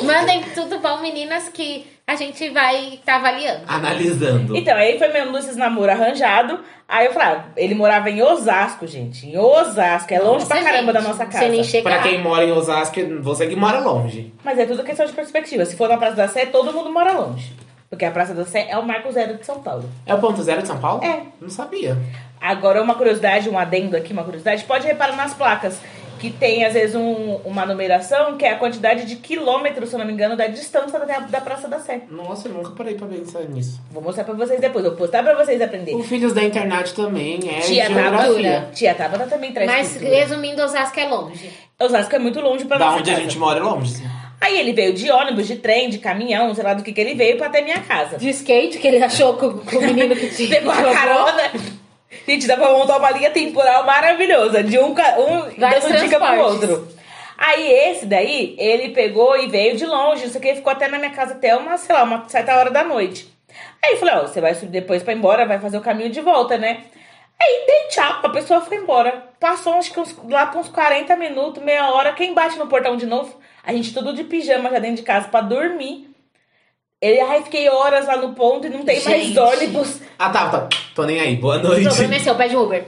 Speaker 1: Mandem tudo bom, meninas, que a gente vai estar avaliando.
Speaker 2: Analisando.
Speaker 3: Então, aí foi meu desses namoro arranjado. Aí eu falava, ele morava em Osasco, gente. Em Osasco, é longe pra
Speaker 1: Nossa,
Speaker 3: caramba da
Speaker 1: gente,
Speaker 3: nossa
Speaker 1: Você nem
Speaker 3: casa.
Speaker 1: chega
Speaker 2: Pra
Speaker 1: lá.
Speaker 2: quem mora em Osasco, você que mora longe.
Speaker 3: Mas é tudo questão de perspectiva. Se for na Praça da Sé, todo mundo mora longe. Porque a Praça da Sé é o Marco Zero de São Paulo.
Speaker 2: É o ponto zero de São Paulo?
Speaker 3: É.
Speaker 2: Não sabia.
Speaker 3: Agora, uma curiosidade, um adendo aqui, uma curiosidade. Pode reparar nas placas, que tem, às vezes, um- uma numeração, que é a quantidade de quilômetros, se eu não me engano, da distância da, da Praça da Sé.
Speaker 2: Nossa, eu nunca parei pra pensar nisso.
Speaker 3: Vou mostrar pra vocês depois. Vou postar pra vocês aprenderem.
Speaker 2: O Filhos da Internet também é
Speaker 3: É. Tia
Speaker 2: geografia.
Speaker 3: Tabata, tia Tabata também traz
Speaker 1: Mas
Speaker 3: cultura.
Speaker 1: resumindo, Osasco é longe.
Speaker 3: Osasco é muito longe pra
Speaker 2: Da
Speaker 3: nossa
Speaker 2: onde a
Speaker 3: casa.
Speaker 2: gente mora é longe.
Speaker 3: Aí ele veio de ônibus, de trem, de caminhão, sei lá do que que ele veio pra até minha casa.
Speaker 1: De skate, que ele achou com, com o menino que te
Speaker 3: Pegou a
Speaker 1: jogou.
Speaker 3: carona. Gente, dá pra montar uma linha temporal maravilhosa. De um, ca- um
Speaker 1: Vários
Speaker 3: dando dica pro
Speaker 1: transportes.
Speaker 3: outro. Aí esse daí, ele pegou e veio de longe, não sei o que, ficou até na minha casa até uma, sei lá, uma certa hora da noite. Aí eu falei, ó, você vai subir depois pra ir embora, vai fazer o caminho de volta, né? Aí dei tchau, a pessoa foi embora. Passou acho que uns, lá por uns 40 minutos, meia hora, quem bate no portão de novo? A gente tudo de pijama já dentro de casa pra dormir. Ele, ai, fiquei horas lá no ponto e não tem mais
Speaker 1: Gente.
Speaker 3: ônibus.
Speaker 2: Ah, Tabata, tô nem aí. Boa
Speaker 1: O
Speaker 2: noite.
Speaker 1: problema é seu, pede um Uber.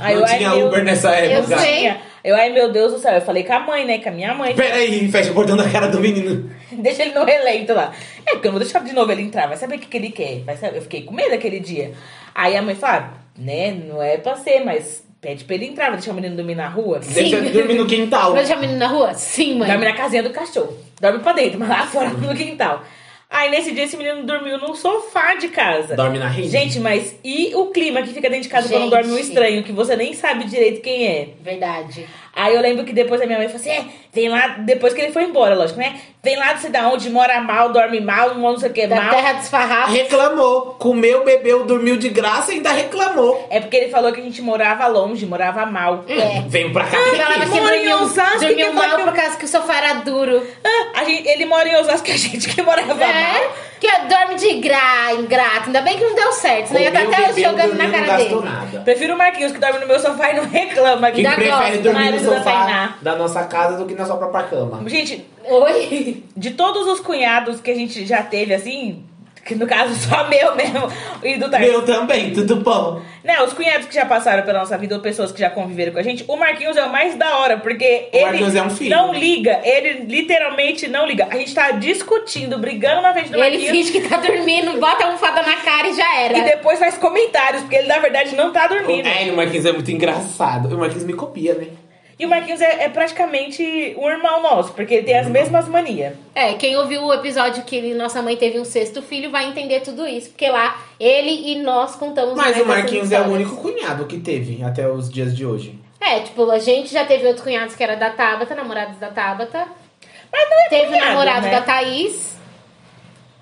Speaker 3: Aí
Speaker 2: Não
Speaker 3: eu, ai,
Speaker 2: tinha
Speaker 3: meu-
Speaker 2: Uber nessa
Speaker 1: Eu
Speaker 2: época.
Speaker 1: sei.
Speaker 3: tinha. Eu, ai, meu Deus do céu. Eu falei com a mãe, né? Com a minha mãe.
Speaker 2: Peraí, fecha o portão da cara do menino.
Speaker 3: Deixa ele no relento lá. É, porque eu não vou deixar de novo ele entrar. Vai saber o que, que ele quer. Vai saber. Eu fiquei com medo aquele dia. Aí a mãe fala, né? Não é pra ser, mas pede pra ele entrar. Vai deixar o menino dormir na rua.
Speaker 1: Sim.
Speaker 2: Deixa eu dormir no quintal.
Speaker 1: Vai deixar o é menino na rua? Sim, mãe.
Speaker 3: Dorme na casinha do cachorro. Dorme pra dentro, mas lá fora no quintal. Aí nesse dia esse menino dormiu num sofá de casa.
Speaker 2: Dorme na rede.
Speaker 3: Gente, mas e o clima que fica dentro de casa quando
Speaker 1: Gente.
Speaker 3: dorme um estranho, que você nem sabe direito quem é?
Speaker 1: Verdade.
Speaker 3: Aí eu lembro que depois a minha mãe falou assim: é, vem lá, depois que ele foi embora, lógico, né? Vem lá, não sei da onde, mora mal, dorme mal, não sei o que
Speaker 1: Da
Speaker 3: mal.
Speaker 1: terra dos farrapos.
Speaker 2: Reclamou. Comeu, bebeu, dormiu de graça e ainda reclamou.
Speaker 3: É porque ele falou que a gente morava longe, morava mal.
Speaker 1: É.
Speaker 2: Vem pra cá.
Speaker 1: Você falava que
Speaker 3: Mora em
Speaker 1: dormiu,
Speaker 3: Osasco, que
Speaker 1: dormiu
Speaker 3: que
Speaker 1: mal
Speaker 3: eu-
Speaker 1: por causa que o sofá era duro.
Speaker 3: Ah, a gente- ele mora em Osasco, que a gente que morava mal.
Speaker 1: É, que dorme de gra, ingrato. Ainda bem que não deu certo, senão ia estar
Speaker 2: Comeu,
Speaker 1: até
Speaker 2: bebeu,
Speaker 1: jogando na
Speaker 2: dormiu,
Speaker 1: cara
Speaker 2: não
Speaker 1: dele.
Speaker 2: gastou nada.
Speaker 3: Prefiro o Marquinhos que dorme no meu sofá e não reclama.
Speaker 2: Quem
Speaker 1: Da
Speaker 2: prefere
Speaker 1: gosta,
Speaker 2: dormir no
Speaker 3: marido da
Speaker 2: sofá
Speaker 3: Tainá.
Speaker 2: da nossa casa do que na sua própria cama.
Speaker 3: Gente,
Speaker 1: Oi?
Speaker 3: de todos os cunhados que a gente já teve, assim, que no caso só meu mesmo, e do Tarcísio.
Speaker 2: Eu também, tudo bom.
Speaker 3: Né, os cunhados que já passaram pela nossa vida, ou pessoas que já conviveram com a gente, o Marquinhos é o mais da hora, porque
Speaker 2: O Marquinhos
Speaker 3: ele
Speaker 2: é um filho.
Speaker 3: não liga, ele literalmente não liga. A gente tá discutindo, brigando na frente do
Speaker 1: Ele
Speaker 3: Marquinhos.
Speaker 1: finge que tá dormindo, bota a almofada na cara e já
Speaker 3: E
Speaker 1: era.
Speaker 3: depois faz comentários, porque ele na verdade não tá dormindo.
Speaker 2: É, o Marquinhos é muito engraçado. O Marquinhos me copia, né?
Speaker 3: E o Marquinhos é, é praticamente um irmão nosso, porque ele tem
Speaker 2: Uhum.
Speaker 3: as mesmas manias.
Speaker 1: É, quem ouviu o episódio que ele- nossa mãe teve um sexto filho vai entender tudo isso, porque lá ele e nós contamos mais
Speaker 2: Mas o
Speaker 1: essas
Speaker 2: Marquinhos é o
Speaker 1: histórias.
Speaker 2: único cunhado que teve até os dias de hoje.
Speaker 1: É, tipo, a gente já teve outros cunhados que era da Tabata, namorados da Tabata.
Speaker 3: Mas não é
Speaker 1: Teve o
Speaker 2: né?
Speaker 3: cunhado,
Speaker 1: namorado
Speaker 3: né?
Speaker 1: da Thaís.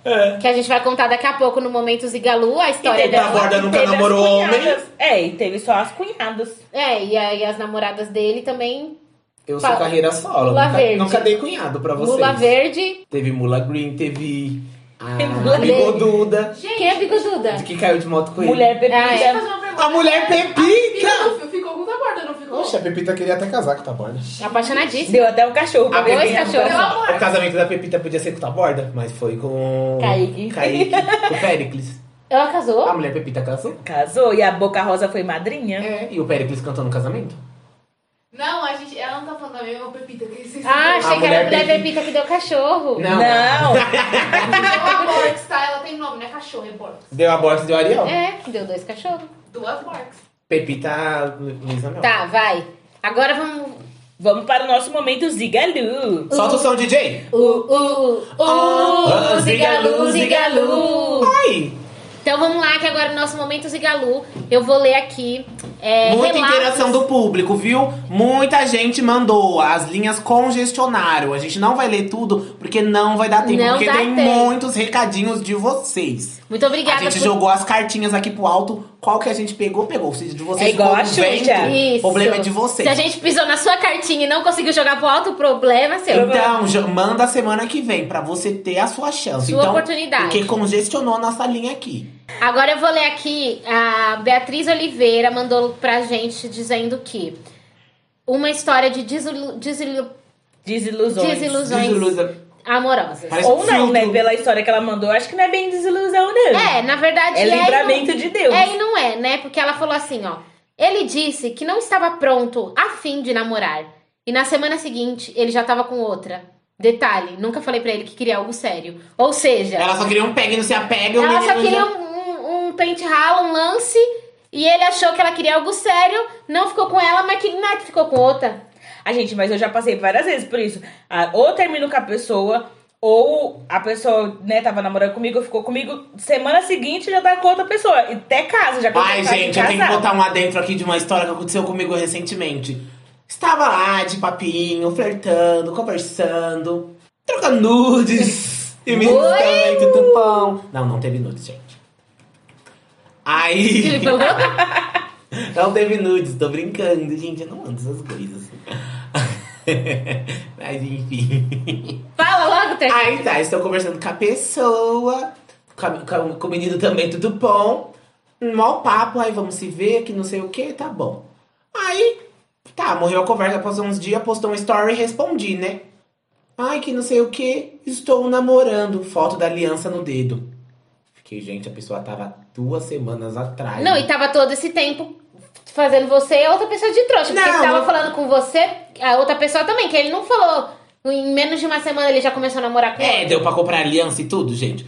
Speaker 2: É.
Speaker 1: Que a gente vai contar daqui a pouco no Momento Zigalu, a
Speaker 3: E
Speaker 1: história
Speaker 3: teve-
Speaker 1: dela.
Speaker 2: Taborda
Speaker 3: e
Speaker 2: nunca
Speaker 3: teve as
Speaker 2: namorou homem.
Speaker 3: cunhadas. É, e teve só as cunhadas.
Speaker 1: É, e, aí as namoradas dele também.
Speaker 2: Eu sou
Speaker 1: Fala.
Speaker 2: carreira solo.
Speaker 1: Lula
Speaker 2: nunca,
Speaker 1: verde.
Speaker 2: nunca dei cunhado pra vocês.
Speaker 1: Lula Verde.
Speaker 2: Teve Mula Green, teve a
Speaker 3: Mula
Speaker 2: Bigoduda,
Speaker 4: Gente,
Speaker 1: Quem é bigoduda?
Speaker 2: que caiu de moto com ele.
Speaker 3: Mulher bebida.
Speaker 1: Ah,
Speaker 4: deixa eu fazer uma pergunta.
Speaker 2: A mulher Pepita!
Speaker 4: A Pepita não ficou com o Taborda, não ficou?
Speaker 5: Oxe, a Pepita queria até casar com o Taborda.
Speaker 1: Apaixonadíssima.
Speaker 3: Deu até um cachorro pra
Speaker 2: A
Speaker 1: Dois
Speaker 3: beber.
Speaker 2: Pepita-
Speaker 1: cachorros.
Speaker 2: O casamento da Pepita podia ser com a borda, mas foi com.
Speaker 3: Kaique.
Speaker 2: Kaique, com o Péricles.
Speaker 1: Ela
Speaker 2: A
Speaker 1: casou?
Speaker 2: mulher Pepita casou.
Speaker 3: Casou e a Boca Rosa foi madrinha.
Speaker 2: É, e o Péricles cantou no casamento.
Speaker 4: Não, a gente, ela não tá falando da mesma Pepita que vocês
Speaker 1: Ah, achei
Speaker 2: A
Speaker 1: que era a
Speaker 2: mulher
Speaker 1: mulher Pepita que deu cachorro.
Speaker 2: Não.
Speaker 4: Então a Borx, tá? Ela tem nome, não é cachorro, é Borx.
Speaker 2: Deu a borda e deu a Ariel.
Speaker 1: É, que deu dois cachorros.
Speaker 4: Duas Borx.
Speaker 2: Pepita Luísa Mel.
Speaker 1: Tá, vai. Agora vamos.
Speaker 3: Vamos para o nosso momento Zigalu.
Speaker 2: Solta o som, DJ.
Speaker 1: Uh, uh, uh,
Speaker 2: Ah,
Speaker 1: zigalu, zigalu.
Speaker 2: Ai!
Speaker 1: Então vamos lá, que agora no nosso momento Zigalu, eu vou ler aqui. É,
Speaker 2: Muita
Speaker 1: relatos.
Speaker 2: interação do público, viu? Muita gente mandou. As linhas congestionaram. A gente não vai ler tudo porque não vai dar tempo.
Speaker 1: Não
Speaker 2: porque
Speaker 1: dá
Speaker 2: tem
Speaker 1: tempo.
Speaker 2: muitos recadinhos de vocês.
Speaker 1: Muito obrigada
Speaker 2: a gente
Speaker 1: por-
Speaker 2: jogou as cartinhas aqui pro alto. Qual que a gente pegou, pegou. Se de vocês
Speaker 3: É igual
Speaker 2: ficou
Speaker 3: a
Speaker 2: no
Speaker 3: Xuxa.
Speaker 2: vento,
Speaker 1: Isso.
Speaker 2: O problema é de vocês.
Speaker 1: Se a gente pisou na sua cartinha e não conseguiu jogar pro alto, o problema é seu.
Speaker 2: Então, jo- manda a semana que vem pra você ter a sua chance.
Speaker 1: Sua
Speaker 2: então,
Speaker 1: oportunidade.
Speaker 2: Porque congestionou a nossa linha aqui.
Speaker 1: Agora eu vou ler aqui. A Beatriz Oliveira mandou pra gente dizendo que uma história de desilu- desilu-
Speaker 3: Desilusões.
Speaker 1: desilusões
Speaker 2: Desilusa.
Speaker 1: amorosas.
Speaker 2: Parece-
Speaker 3: Ou não, né?
Speaker 2: Filtro.
Speaker 3: Pela história que ela mandou, acho que não é bem desilusão, não.
Speaker 1: É, na verdade
Speaker 3: É
Speaker 1: e não-
Speaker 3: livramento de Deus.
Speaker 1: É e não é, né? Porque ela falou assim, ó. Ele disse que não estava pronto a fim de namorar. E na semana seguinte, ele já estava com outra. Detalhe, nunca falei pra ele que queria algo sério. Ou seja,
Speaker 2: Ela só queria um pega e não se apega. o
Speaker 1: ela só
Speaker 2: menino
Speaker 1: queria
Speaker 2: já-
Speaker 1: um, um- um pente ralo, um lance. E ele achou que ela queria algo sério, não ficou com ela, mas que nada, ficou com outra.
Speaker 3: A gente, mas eu já passei várias vezes por isso. Ah, ou termino com a pessoa, ou a pessoa, né, tava namorando comigo, ficou comigo, semana seguinte já tá com outra pessoa. E até casa, já aconteceu
Speaker 2: Ai,
Speaker 3: caso de
Speaker 2: gente, eu tenho que
Speaker 3: casar.
Speaker 2: botar um adentro aqui de uma história que aconteceu comigo recentemente. Estava lá de papinho, flertando, conversando, trocando nudes e me também do pão. Não, não teve nudes, gente. Aí. não teve nudes, tô brincando, gente. Eu não ando essas coisas. Mas enfim.
Speaker 1: Fala logo, Ter.
Speaker 2: Aí tá, estou conversando com a pessoa, com, a- com- com o menino também, tudo bom. Um Mó papo, aí vamos se ver, que não sei o que, tá bom. Aí, tá, morreu a conversa, passou uns dias, postou um story e respondi, né? Ai, que não sei o que, estou namorando. Foto da aliança no dedo. Fiquei, gente, a pessoa tava duas semanas atrás.
Speaker 1: Não, e tava todo esse tempo fazendo você e a outra pessoa de trouxa. Porque
Speaker 2: Não,
Speaker 1: ele tava
Speaker 2: eu-
Speaker 1: falando com você, a outra pessoa também, que ele não falou. Em menos de uma semana ele já começou a namorar com
Speaker 2: É,
Speaker 1: ela.
Speaker 2: deu pra comprar aliança e tudo, gente.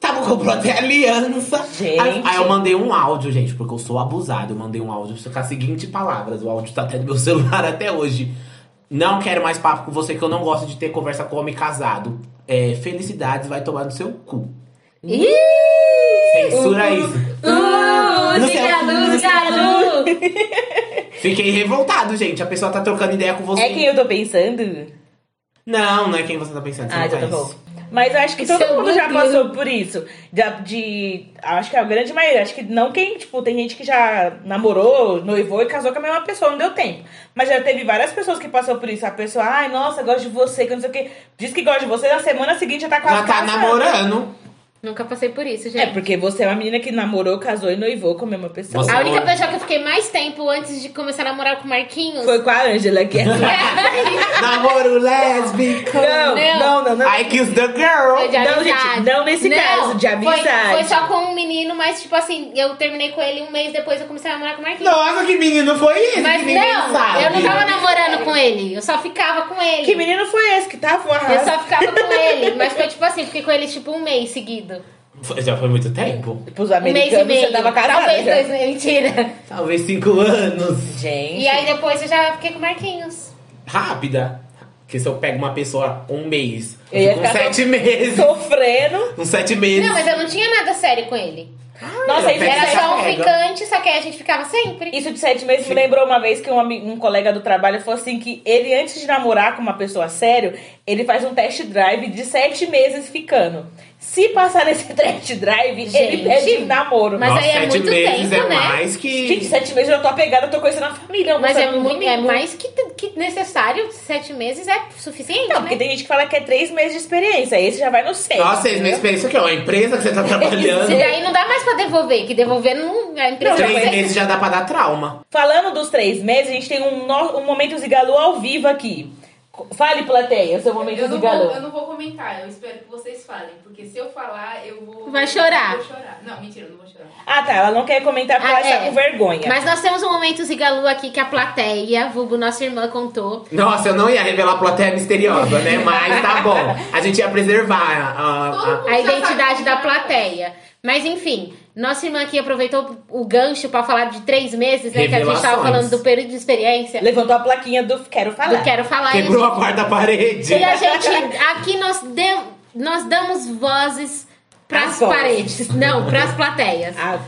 Speaker 2: Tava comprou até aliança.
Speaker 3: Gente.
Speaker 2: Aí, aí eu mandei um áudio, gente, porque eu sou abusado. Eu mandei um áudio com as seguintes palavras. O áudio tá até no meu celular até hoje. Não quero mais papo com você, que eu não gosto de ter conversa com homem casado. É, felicidades vai tomar no seu cu.
Speaker 1: Ih!
Speaker 2: Censura isso.
Speaker 1: Uh,
Speaker 2: No
Speaker 1: Zigalu,
Speaker 2: céu.
Speaker 1: Zigalu!
Speaker 2: Fiquei revoltado, gente. A pessoa tá trocando ideia com você.
Speaker 3: É quem eu tô pensando?
Speaker 2: Não, não é quem você tá pensando. Você
Speaker 3: Ah,
Speaker 2: não
Speaker 3: então tá
Speaker 2: conhece.
Speaker 3: bom. Mas eu acho que todo
Speaker 1: Seu
Speaker 3: mundo já
Speaker 1: Dudu.
Speaker 3: passou por isso. Já De, acho que é a grande maioria. Acho que não quem, tipo, tem gente que já namorou, noivou e casou com a mesma pessoa, não deu tempo. Mas já teve várias pessoas que passou por isso. A pessoa, ai, nossa, gosto de você, que não sei o quê. Diz que gosta de você, na semana seguinte já tá quase
Speaker 2: Ela tá
Speaker 3: casando.
Speaker 2: namorando.
Speaker 1: Nunca passei por isso,
Speaker 3: É,
Speaker 1: gente.
Speaker 3: porque você é uma menina que namorou, casou e noivou com a mesma pessoa.
Speaker 2: Nossa.
Speaker 1: a única
Speaker 2: amor.
Speaker 1: pessoa que eu fiquei mais tempo antes de começar a namorar com o Marquinhos.
Speaker 3: Foi com a Ângela que é.
Speaker 2: Namoro lésbico.
Speaker 3: não,
Speaker 1: Não.
Speaker 3: não, não, não.
Speaker 2: I kiss the girl.
Speaker 1: Foi de
Speaker 3: Não, gente,
Speaker 1: amizade.
Speaker 3: não nesse caso, de
Speaker 1: foi-
Speaker 3: amizade.
Speaker 1: Foi, só com um menino, mas tipo assim, eu terminei com ele um mês depois eu comecei a namorar com o Marquinhos.
Speaker 2: Nossa, que menino foi esse?
Speaker 1: mas
Speaker 2: que ninguém
Speaker 1: não,
Speaker 2: sabe.
Speaker 1: eu não tava namorando com ele, eu só ficava com ele.
Speaker 3: Que menino foi esse que tava com a
Speaker 1: Eu só ficava com ele, mas foi tipo assim, fiquei com ele tipo um mês seguido.
Speaker 2: Foi- Já foi muito tempo?
Speaker 3: Pros
Speaker 1: Um mês e
Speaker 3: americanos,
Speaker 1: meio.
Speaker 3: você tava caralho.
Speaker 1: Talvez dois, mentira.
Speaker 2: Talvez cinco anos.
Speaker 3: Gente.
Speaker 1: E aí depois eu já fiquei com o Marquinhos.
Speaker 2: Rápida. Porque se eu pego uma pessoa um mês,
Speaker 3: Eu ia
Speaker 2: com
Speaker 3: ficar
Speaker 2: sete meses.
Speaker 3: sofrendo.
Speaker 2: Com sete meses.
Speaker 1: Não, mas é- eu não tinha nada sério com ele.
Speaker 3: Nossa,
Speaker 2: eu
Speaker 3: isso,
Speaker 2: pego
Speaker 1: Era
Speaker 2: e
Speaker 1: só um
Speaker 2: pego.
Speaker 1: ficante, só que aí a gente ficava sempre.
Speaker 3: isso de sete meses me lembrou uma vez que um, ami- um colega do trabalho falou assim que ele, antes de namorar com uma pessoa sério, ele faz um test drive de sete meses ficando. Se passar nesse test drive, ele
Speaker 1: Gente.
Speaker 3: pede namoro.
Speaker 1: Mas
Speaker 2: Nossa,
Speaker 1: aí é
Speaker 2: sete
Speaker 1: muito
Speaker 2: meses
Speaker 1: tempo,
Speaker 2: é
Speaker 1: né?
Speaker 2: mais que.
Speaker 3: Gente, sete meses eu já tô apegada, eu tô conhecendo a família. eu vou
Speaker 1: Mas
Speaker 3: sair
Speaker 1: é,
Speaker 3: no
Speaker 1: muito,
Speaker 3: um domingo.
Speaker 1: é mais que, que necessário. Sete meses é suficiente,
Speaker 3: Não,
Speaker 1: né?
Speaker 3: porque tem gente que fala que é três meses de experiência. Esse já vai no seis.
Speaker 2: Nossa, eles não
Speaker 3: entendeu?
Speaker 2: experiência que é uma empresa que você tá
Speaker 1: E
Speaker 2: trabalhando.
Speaker 1: daí não dá mais pra devolver, que devolver não é impressionante.
Speaker 3: Não,
Speaker 2: Três meses já dá pra dar trauma.
Speaker 3: Falando dos três meses, a gente tem um, no... um Momento Zigalu ao vivo aqui. Fale, plateia, seu Momento
Speaker 4: Eu não, vou, eu
Speaker 3: Zigalu.
Speaker 4: não vou comentar, eu espero que vocês falem, porque se eu falar, eu vou.
Speaker 1: Vai chorar.
Speaker 4: eu vou chorar. Não, mentira, eu não vou chorar.
Speaker 3: Ah, tá. Ela não quer comentar porque
Speaker 1: Ah,
Speaker 3: ela está
Speaker 1: é.
Speaker 3: com vergonha.
Speaker 1: Mas nós temos um momento Zigalu aqui que a plateia, vulgo nossa irmã, contou.
Speaker 2: Nossa, eu não ia revelar a plateia misteriosa, né? Mas tá bom. A gente ia preservar a- a- a-
Speaker 4: Todo mundo
Speaker 1: a
Speaker 4: já
Speaker 1: identidade
Speaker 4: sabe.
Speaker 3: tá
Speaker 1: da plateia. Mas enfim, nossa irmã aqui aproveitou o gancho pra falar de três meses, né? Que a gente tava
Speaker 2: Revelações.
Speaker 1: falando do período de experiência.
Speaker 3: Levantou a plaquinha do Quero Falar.
Speaker 1: Do quero falar. e a
Speaker 2: Quebrou a quarta parede.
Speaker 1: E a gente, aqui nós, de- nós damos vozes pras
Speaker 3: As vozes.
Speaker 1: paredes, não, pras plateias.
Speaker 3: Ah,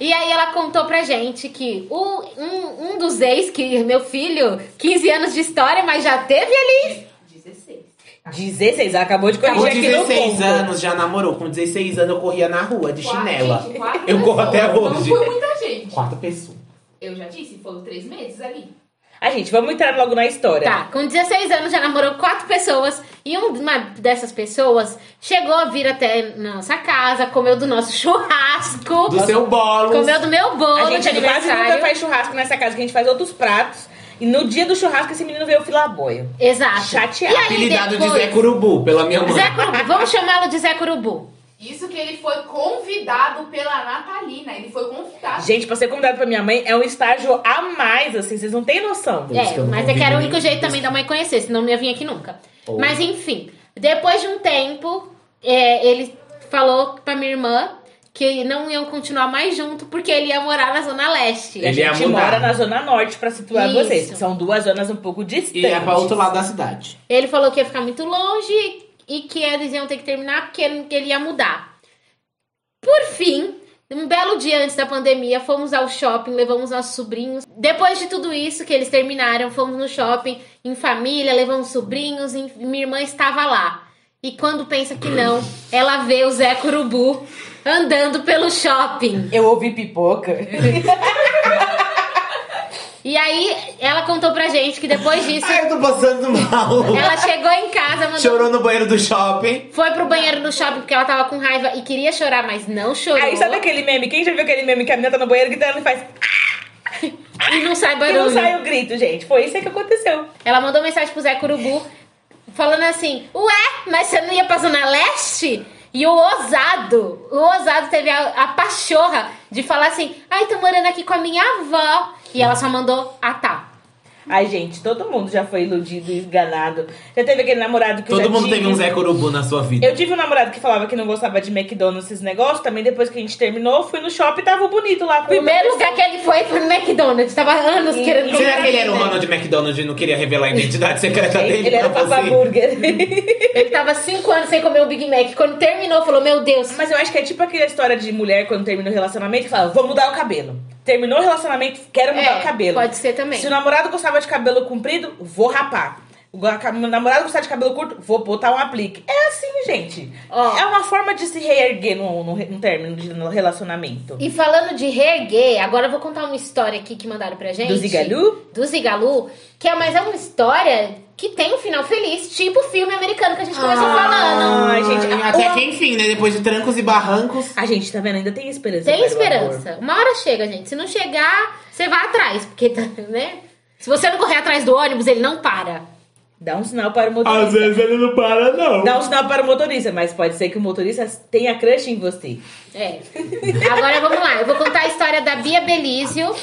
Speaker 1: E aí ela contou pra gente que o, um, um dos ex, que meu filho, 15 anos de história, mas já teve ali.
Speaker 4: 16.
Speaker 3: 16, ela acabou de
Speaker 2: Com
Speaker 3: corrigir aqui no
Speaker 2: 16
Speaker 3: ponto.
Speaker 2: anos já namorou. Com 16 anos eu corria na rua de
Speaker 4: Quatro-
Speaker 2: chinela.
Speaker 4: gente, quatro
Speaker 2: Eu corro até
Speaker 4: pessoas,
Speaker 2: hoje.
Speaker 4: Não foi muita gente.
Speaker 2: Quatro pessoas.
Speaker 4: Eu já disse, foram três meses ali.
Speaker 3: Ah, gente, vamos entrar logo na história.
Speaker 1: Tá, com 16 anos já namorou quatro pessoas e um- uma dessas pessoas chegou a vir até nossa casa, comeu do nosso churrasco,
Speaker 2: Do seu bolo.
Speaker 1: comeu do meu
Speaker 3: A
Speaker 1: bolo de
Speaker 3: gente quase nunca
Speaker 1: aniversário.
Speaker 3: faz churrasco nessa casa, que a gente faz outros pratos. E no dia do churrasco, esse menino veio filaboio.
Speaker 1: Exato.
Speaker 3: Chateado.
Speaker 1: E aí
Speaker 2: Apelidado de
Speaker 1: depois-
Speaker 2: Zé Curubu, pela minha mãe.
Speaker 1: Zé Curubu, vamos chamá-lo de Zé Curubu.
Speaker 4: Isso que ele foi convidado pela Natalina. Ele foi convidado.
Speaker 3: Gente, pra ser convidado pra minha mãe é um estágio a mais, assim, vocês não têm noção.
Speaker 5: Por isso que
Speaker 1: É,
Speaker 5: eu não
Speaker 1: mas é
Speaker 5: convido
Speaker 1: que era o
Speaker 5: ninguém.
Speaker 1: único jeito também da mãe conhecer, senão não ia vir aqui nunca.
Speaker 5: Ou-
Speaker 1: Mas enfim, depois de um tempo, é, ele falou pra minha irmã que não iam continuar mais junto porque ele ia morar na Zona Leste.
Speaker 3: E a
Speaker 2: Ele ia
Speaker 3: gente
Speaker 2: mudar.
Speaker 3: mora na Zona Norte, pra situar
Speaker 1: Isso.
Speaker 3: vocês, que são duas zonas um pouco distantes.
Speaker 2: E é pra outro lado da cidade.
Speaker 1: Ele falou que ia ficar muito longe e que eles iam ter que terminar porque ele, que ele ia mudar. Por fim, um belo dia antes da pandemia, fomos ao shopping, levamos nossos sobrinhos. Depois de tudo isso que eles terminaram, fomos no shopping em família, levamos sobrinhos e minha irmã estava lá. E quando pensa que não, ela vê o Zé Curubu andando pelo shopping.
Speaker 3: Eu ouvi pipoca.
Speaker 1: E aí ela contou pra gente que depois disso
Speaker 2: Ai, eu tô passando mal.
Speaker 1: ela chegou em casa, mandou
Speaker 2: Chorou no banheiro do shopping.
Speaker 1: Foi pro banheiro do shopping porque ela tava com raiva e queria chorar, mas não chorou.
Speaker 3: Aí sabe aquele meme? Quem já viu aquele meme que a menina tá no banheiro gritando e faz...
Speaker 1: E não sai
Speaker 3: E
Speaker 1: barulho.
Speaker 3: não sai o grito, gente. Foi isso que aconteceu.
Speaker 1: Ela mandou mensagem pro Zé Curubu falando assim: Ué, mas você não ia pra Zona Leste? E o ousado, o ousado teve a, a pachorra de falar assim: Ai, tô morando aqui com a minha avó. E ela só mandou: Ah, tá.
Speaker 3: Ai, gente, todo mundo já foi iludido e enganado. Já teve aquele namorado que eu já
Speaker 2: Todo mundo
Speaker 3: tive.
Speaker 2: teve um Zé Curubu na sua vida.
Speaker 3: Eu tive um namorado que falava que não gostava de McDonald's, esses negócios. Também depois que a gente terminou, fui no shopping e tava bonito lá. com
Speaker 1: Primeiro lugar que ele foi foi no McDonald's. Tava anos
Speaker 3: E-
Speaker 1: querendo
Speaker 2: Será que ele era o
Speaker 1: isso, né?
Speaker 2: Ronald McDonald e não queria revelar a identidade secreta dele?
Speaker 3: Ele era o
Speaker 2: pra
Speaker 3: Papa
Speaker 2: você?
Speaker 3: Burger.
Speaker 1: Ele tava cinco anos sem comer o Big Mac. Quando terminou, falou: Meu Deus,
Speaker 3: Mas eu acho que é tipo aquela história de mulher quando termina o relacionamento que fala, vou mudar o cabelo. Terminou o relacionamento, quero mudar
Speaker 1: É,
Speaker 3: o cabelo.
Speaker 1: pode ser também.
Speaker 3: Se o namorado gostava de cabelo comprido, vou rapar. O ga- o namorado gostava de cabelo curto, vou botar um aplique. É assim, gente.
Speaker 1: Ó.
Speaker 3: É uma forma de se reerguer num, num, re- num término de no relacionamento.
Speaker 1: E falando de reerguer, agora eu vou contar uma história aqui que mandaram pra gente.
Speaker 3: Do Zigalu?
Speaker 1: Do Zigalu, que é, mas é uma história que tem um final feliz, tipo o filme americano que a gente começou falando.
Speaker 3: Ai, gente,
Speaker 2: Ai, Até que enfim, né? Depois de trancos e barrancos.
Speaker 3: A gente, tá vendo? Ainda tem esperança.
Speaker 1: Tem
Speaker 3: para o amor.
Speaker 1: esperança. Uma hora chega, gente. Se não chegar, você vai atrás, porque, tá, né? Se você não correr atrás do ônibus, ele não para.
Speaker 3: Dá um sinal para o motorista.
Speaker 2: ele não para, não.
Speaker 3: Dá um sinal para o motorista, mas pode ser que o motorista tenha crush em você.
Speaker 1: É. Agora vamos lá. Eu vou contar a história da Bia Belísio,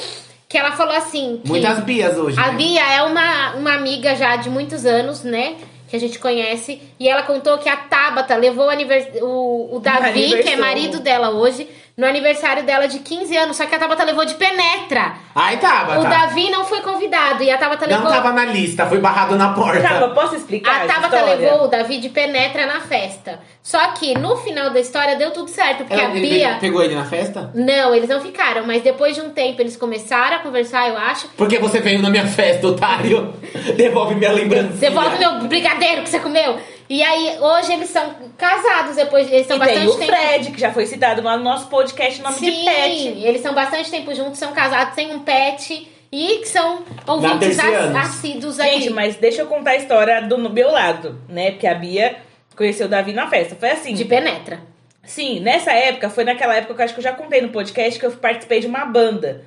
Speaker 1: que ela falou assim. que-
Speaker 2: Muitas bias hoje.
Speaker 1: A
Speaker 2: né?
Speaker 1: Bia é uma, uma amiga já de muitos anos, né? Que a gente conhece. E ela contou que a Tabata levou o, anivers- o, o Davi, que é
Speaker 3: aniversário.
Speaker 1: marido dela hoje, no aniversário dela de 15 anos. Só que a Tabata levou de penetra.
Speaker 2: Aí tava,
Speaker 1: O
Speaker 2: tá.
Speaker 1: Davi não foi convidado. E a Tabata
Speaker 2: Não
Speaker 1: levou.
Speaker 2: tava na lista, foi barrado na porta.
Speaker 1: Ah,
Speaker 3: Tá, eu posso explicar?
Speaker 1: A Tabata
Speaker 3: história?
Speaker 1: levou o Davi de penetra na festa. Só que no final da história deu tudo certo, porque
Speaker 2: Ela-
Speaker 1: a
Speaker 2: É, ele
Speaker 1: Bia.
Speaker 2: pe- pegou ele na festa?
Speaker 1: Não, eles não ficaram, mas depois de um tempo eles começaram a conversar, eu acho.
Speaker 2: Porque você veio na minha festa, otário. Devolve minha lembrança.
Speaker 1: Devolve meu brigadeiro que você comeu. E aí, hoje eles são casados, depois eles são
Speaker 3: e
Speaker 1: bastante
Speaker 3: tem o
Speaker 1: tempo.
Speaker 3: Fred, que já foi citado lá no nosso podcast, o nome de Pet.
Speaker 1: Sim, eles são bastante tempo juntos, são casados, têm um pet e que são ouvintes
Speaker 2: tercianos.
Speaker 1: ass- assíduos aqui.
Speaker 3: Gente, mas deixa eu contar a história do meu lado, né? Porque a Bia conheceu o Davi na festa. Foi assim.
Speaker 1: De penetra.
Speaker 3: Sim, nessa época, foi naquela época que eu acho que eu já contei no podcast que eu participei de uma banda.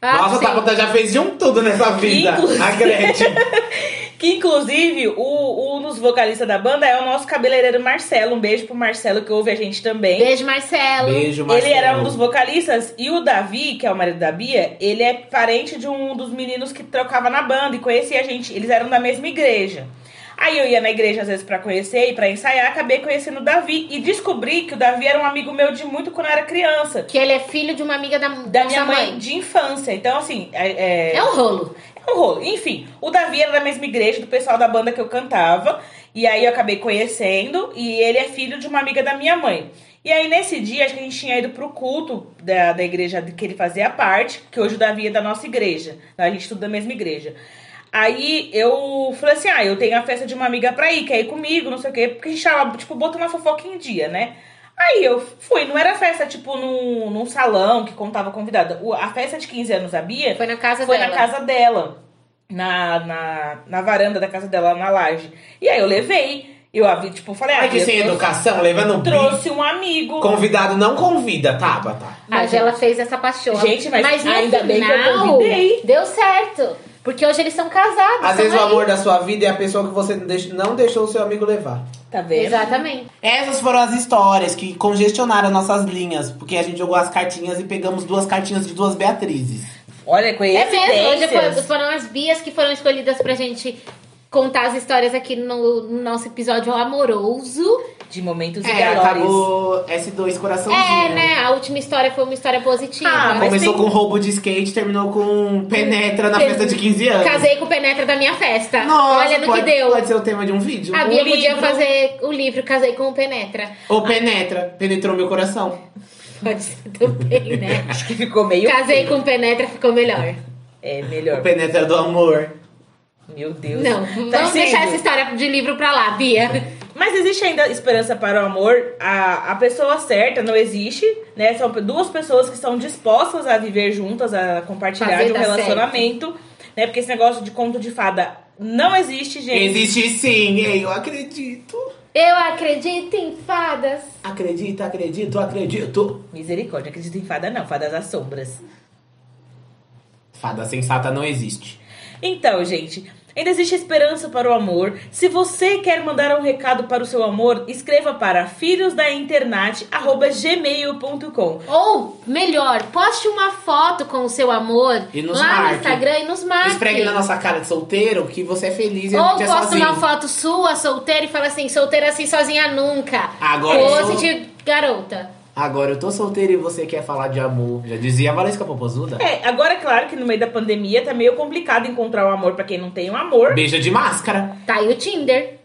Speaker 1: Ah,
Speaker 2: Nossa, a
Speaker 1: sim.
Speaker 2: Tabata já fez de um tudo nessa vida.
Speaker 3: Inclusive.
Speaker 2: A Gretchen.
Speaker 3: Que inclusive o, um dos vocalistas da banda é o nosso cabeleireiro Marcelo. Um beijo pro Marcelo que ouve a gente também.
Speaker 1: Beijo, Marcelo.
Speaker 2: Beijo,
Speaker 3: Ele
Speaker 2: Marcelo.
Speaker 3: era um dos vocalistas e o Davi, que é o marido da Bia, ele é parente de um dos meninos que trocava na banda e conhecia a gente. Eles eram da mesma igreja. Aí eu ia na igreja às vezes pra conhecer e pra ensaiar, acabei conhecendo o Davi e descobri que o Davi era um amigo meu de muito quando eu era criança.
Speaker 1: Que ele é filho de uma amiga da,
Speaker 3: Da minha
Speaker 1: nossa
Speaker 3: mãe de infância. Então, assim, é, é-
Speaker 1: É um rolo.
Speaker 3: é um rolo. Enfim, o Davi era da mesma igreja do pessoal da banda que eu cantava. E aí eu acabei conhecendo. E ele é filho de uma amiga da minha mãe. E aí nesse dia, acho que a gente tinha ido pro culto da, da igreja de que ele fazia parte. Que hoje o Davi é da nossa igreja. A gente tudo da mesma igreja. Aí eu falei assim: ah, eu tenho a festa de uma amiga pra ir, quer ir comigo, não sei o quê. Porque a gente tava, tipo, botando uma fofoca em dia, né? Aí eu fui, não era festa, tipo, num, num salão que contava convidada. O- A festa de 15 anos da Bia
Speaker 1: Foi na casa
Speaker 3: foi
Speaker 1: dela.
Speaker 3: na casa dela. Na, na, na varanda da casa dela, na laje. E aí eu levei. Eu avi, tipo, falei, ah,
Speaker 2: Ai, que
Speaker 3: eu
Speaker 2: sem
Speaker 3: trouxe-
Speaker 2: educação, levando um bife.
Speaker 3: Trouxe um amigo.
Speaker 2: Convidado não convida, Tabata.
Speaker 1: Ah,
Speaker 3: Mas,
Speaker 1: já ela fez essa paixão.
Speaker 3: Gente, mas
Speaker 1: no
Speaker 3: ainda bem que eu
Speaker 1: final,
Speaker 3: convidei.
Speaker 1: Deu certo. Porque hoje eles são casados. são
Speaker 2: Às vezes o
Speaker 1: aí.
Speaker 2: amor da sua vida é a pessoa que você não deixou, não deixou o seu amigo levar.
Speaker 3: Tá vendo?
Speaker 1: Exatamente.
Speaker 2: Essas foram as histórias que congestionaram nossas linhas, porque a gente jogou as cartinhas e pegamos duas cartinhas de duas Beatrizes.
Speaker 3: Olha,
Speaker 1: É
Speaker 3: coincidências.
Speaker 1: mesmo. Hoje foi- foram as Bias que foram escolhidas pra gente contar as histórias aqui no, no nosso episódio amoroso.
Speaker 3: De momentos
Speaker 2: É,
Speaker 3: e
Speaker 2: acabou S2 coraçãozinho.
Speaker 1: É, né? A última história foi uma história positiva.
Speaker 3: Ah, mas
Speaker 2: Começou
Speaker 3: tem-
Speaker 2: com roubo de skate, terminou com penetra na
Speaker 1: Pen-
Speaker 2: festa de 15 anos.
Speaker 1: Casei com o Penetra da minha festa.
Speaker 2: Nossa,
Speaker 1: Olha no
Speaker 2: pode,
Speaker 1: que deu. Ah.
Speaker 2: Pode ser o tema de um vídeo.
Speaker 1: A
Speaker 3: o
Speaker 1: Bia podia
Speaker 3: livro.
Speaker 1: fazer o livro Casei com o Penetra.
Speaker 2: Ou penetra, penetrou meu coração.
Speaker 1: Pode ser também, né?
Speaker 3: Acho que ficou meio.
Speaker 1: Casei com o Penetra, ficou melhor.
Speaker 3: É,
Speaker 2: O
Speaker 3: melhor.
Speaker 2: penetra do amor.
Speaker 3: Meu Deus.
Speaker 1: Não,
Speaker 3: Tá
Speaker 1: vamos deixar
Speaker 3: sendo?
Speaker 1: essa história de livro pra lá, Bia.
Speaker 3: Mas existe ainda esperança para o amor? A, a pessoa certa não existe, né? São duas pessoas que estão dispostas a viver juntas, a compartilhar
Speaker 1: Fazer
Speaker 3: de um
Speaker 1: dar certo.
Speaker 3: relacionamento, né? Porque esse negócio de conto de fada não existe, gente.
Speaker 2: Existe sim, ei, eu acredito.
Speaker 1: Eu acredito em fadas.
Speaker 2: Acredito, acredito, acredito.
Speaker 3: Misericórdia, acredito em fada não, fada das sombras.
Speaker 2: Fada sensata não existe.
Speaker 3: Então, gente, ainda existe esperança para o amor. Se você quer mandar um recado para o seu amor, escreva para filhosdainternet@gmail.com.
Speaker 1: Ou, melhor, poste uma foto com o seu amor
Speaker 2: E nos
Speaker 1: lá
Speaker 2: marque.
Speaker 1: no Instagram e nos marque.
Speaker 2: Espregue na nossa cara de solteiro que você é feliz e a
Speaker 1: Ou
Speaker 2: gente é
Speaker 1: posta
Speaker 2: sozinho.
Speaker 1: uma foto sua, solteira, e fala assim, solteira assim, sozinha nunca.
Speaker 2: Agora eu
Speaker 1: Pose
Speaker 2: sou-
Speaker 1: de garota.
Speaker 2: Agora eu tô solteiro e você quer falar de amor. Já dizia a Valesca Popozuda.
Speaker 3: É, agora claro que no meio da pandemia tá meio complicado encontrar o amor para quem não tem o amor.
Speaker 2: Beija de máscara.
Speaker 1: Tá aí o Tinder.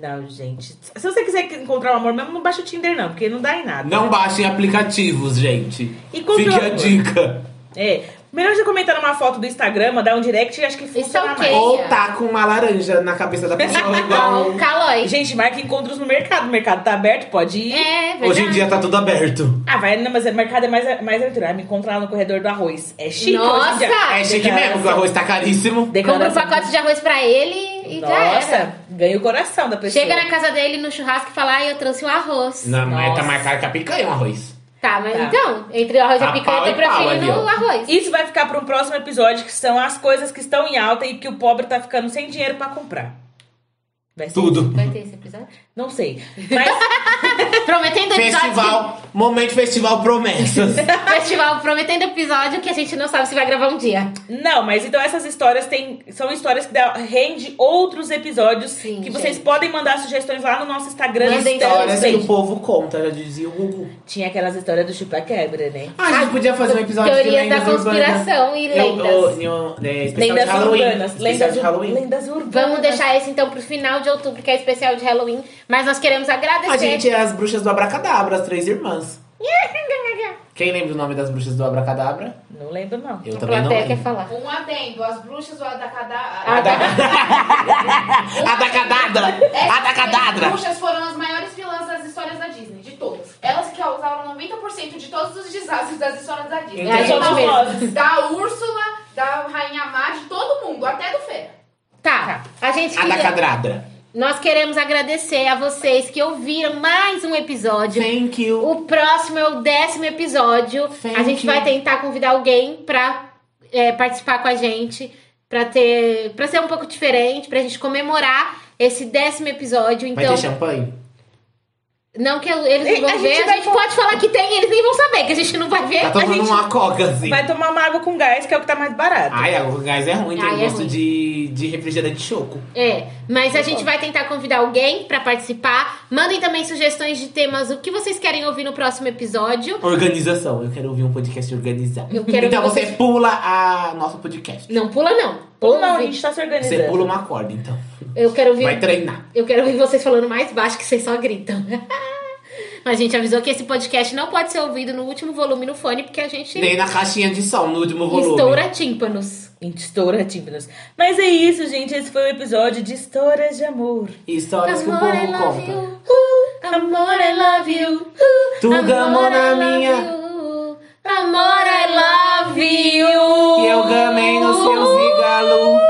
Speaker 3: Não, gente. Se você quiser encontrar o amor mesmo, não baixa o Tinder, não, porque não dá em nada.
Speaker 2: Não baixem aplicativos, gente.
Speaker 3: E quando
Speaker 2: Fique
Speaker 3: eu-
Speaker 2: a dica.
Speaker 3: É. Melhor você comentar numa foto do Instagram, mandar um direct e acho que funciona
Speaker 1: é ok.
Speaker 3: mais.
Speaker 2: Ou tá com uma laranja na cabeça da pessoa igual.
Speaker 1: Ó, o Calói.
Speaker 3: Gente, marca encontros no mercado. O mercado tá aberto, pode ir.
Speaker 1: É, verdade.
Speaker 2: Hoje em dia tá tudo aberto.
Speaker 3: Ah, vai, não, mas o mercado é mais, mais abertura. Ah, me encontrar lá no corredor do arroz. É chique hoje em
Speaker 1: Nossa!
Speaker 3: dia.
Speaker 2: É chique mesmo, porque o arroz tá caríssimo.
Speaker 1: Compra um
Speaker 3: Declaração-
Speaker 1: pacote de arroz pra ele e já era.
Speaker 3: Nossa, ganha o coração da pessoa.
Speaker 1: Chega na casa dele no churrasco e fala, ai, eu trouxe o arroz.
Speaker 2: Não, mas
Speaker 3: Nossa.
Speaker 2: tá marcado com a picanha um arroz.
Speaker 1: Tá, mas
Speaker 3: Tá.
Speaker 1: então, entre o arroz e
Speaker 2: Tá
Speaker 1: a picanha,
Speaker 2: pau
Speaker 1: eu tô
Speaker 2: e pau ali,
Speaker 1: preferindo
Speaker 2: ó.
Speaker 1: o arroz.
Speaker 3: Isso vai ficar para um próximo episódio, que são as coisas que estão em alta e que o pobre tá ficando sem dinheiro pra comprar. Vai ser-
Speaker 2: Tudo.
Speaker 1: Vai ter esse episódio?
Speaker 3: Não sei. Mas
Speaker 1: Prometendo episódio.
Speaker 2: Festival, momento festival promessas.
Speaker 1: que- Festival, tipo, prometendo episódio que a gente não sabe se vai gravar um dia.
Speaker 3: Não, mas então essas histórias têm, são histórias que dá, rende outros episódios
Speaker 1: Sim,
Speaker 3: que vocês
Speaker 1: gente.
Speaker 3: podem mandar sugestões lá no nosso Instagram.
Speaker 1: Mandem
Speaker 3: Estamos
Speaker 2: Histórias assim que
Speaker 3: bem.
Speaker 2: o povo conta, já dizia o Gugu.
Speaker 3: Tinha aquelas histórias do chupa quebra, né?
Speaker 2: Ah, a gente podia fazer um episódio
Speaker 1: Teorias
Speaker 2: de
Speaker 1: da
Speaker 2: lendas urbanas.
Speaker 1: conspiração e lendas.
Speaker 2: Eu, eu, eu, é, especial de
Speaker 3: Lendas
Speaker 2: Halloween.
Speaker 3: urbanas,
Speaker 2: Especial
Speaker 3: lendas,
Speaker 2: de
Speaker 3: ur-
Speaker 2: Halloween.
Speaker 3: lendas urbanas.
Speaker 1: Vamos deixar esse então pro final de de outubro, que é especial de Halloween. Mas nós queremos agradecer.
Speaker 2: A gente é as bruxas do Abracadabra, as três irmãs. Quem lembra o nome das bruxas do Abracadabra?
Speaker 3: Não lembro, não.
Speaker 2: Eu
Speaker 1: a
Speaker 2: também não é.
Speaker 1: plateia quer
Speaker 2: lembro.
Speaker 1: falar.
Speaker 4: Um adendo, as bruxas do
Speaker 2: A
Speaker 4: Adacadá.
Speaker 2: da... a da cadadra! A da
Speaker 4: As
Speaker 2: cadadra!
Speaker 4: bruxas foram as maiores vilãs das histórias da Disney, de todas. Elas que causaram 90% de todos os desastres das histórias da Disney.
Speaker 2: É, a
Speaker 1: gente
Speaker 4: Da-
Speaker 3: mesmo.
Speaker 4: Da Úrsula, da Rainha Má, de todo mundo, até do Fera.
Speaker 1: Tá, a gente
Speaker 2: A da
Speaker 1: queria-
Speaker 2: cadadra.
Speaker 1: Nós queremos agradecer a vocês que ouviram mais um episódio.
Speaker 2: Thank you.
Speaker 1: O próximo é o décimo episódio.
Speaker 2: Thank
Speaker 1: a gente
Speaker 2: you.
Speaker 1: vai tentar convidar alguém pra é, participar com a gente, pra ter, para ser um pouco diferente, pra gente comemorar esse décimo episódio.
Speaker 2: Vai
Speaker 1: Então,
Speaker 2: ter champanhe?
Speaker 1: não que eles não
Speaker 3: E
Speaker 1: vão
Speaker 3: a
Speaker 1: ver,
Speaker 3: gente
Speaker 1: a
Speaker 3: vai
Speaker 1: gente
Speaker 3: com-
Speaker 1: pode falar que tem, eles nem vão saber que a gente não vai ver.
Speaker 2: Tá
Speaker 1: a
Speaker 2: tomando
Speaker 1: gente
Speaker 2: uma coca, assim.
Speaker 3: Vai tomar uma água com gás, que é o que tá mais barato.
Speaker 2: Ai, a- o gás é ruim, tem
Speaker 1: Ai, é
Speaker 2: gosto
Speaker 1: ruim.
Speaker 2: de, de refrigerante de choco.
Speaker 1: É, mas
Speaker 3: Tá
Speaker 1: a gente vai tentar convidar alguém pra participar. Mandem também sugestões de temas, o que vocês querem ouvir no próximo episódio.
Speaker 2: Organização. Eu quero ouvir um podcast organizado.
Speaker 1: Eu quero
Speaker 2: então
Speaker 1: ouvir
Speaker 2: você
Speaker 1: vocês-
Speaker 2: pula a nosso podcast.
Speaker 1: Não pula não.
Speaker 3: Ou não, a
Speaker 1: Ouve.
Speaker 3: gente tá se
Speaker 2: Você pula
Speaker 3: organizando.
Speaker 2: uma corda, então.
Speaker 1: Eu quero ouvir.
Speaker 2: Vai treinar.
Speaker 1: Eu quero ouvir vocês falando mais baixo que vocês só gritam. A gente avisou que esse podcast não pode ser ouvido no último volume no fone, porque a gente
Speaker 2: Nem na caixinha de som, no último volume.
Speaker 1: estoura tímpanos.
Speaker 3: Estoura tímpanos. Mas é isso, gente. Esse foi o episódio de Histórias de Amor.
Speaker 2: Histórias que o
Speaker 1: Amor, I
Speaker 2: povo
Speaker 1: love
Speaker 2: conta.
Speaker 1: you. Uh, amor, I love you. Uh,
Speaker 2: Tu gamou
Speaker 1: amor,
Speaker 2: na
Speaker 1: I love
Speaker 2: minha.
Speaker 1: you. Amor, I love you.
Speaker 2: E eu gamei no seu zigalo.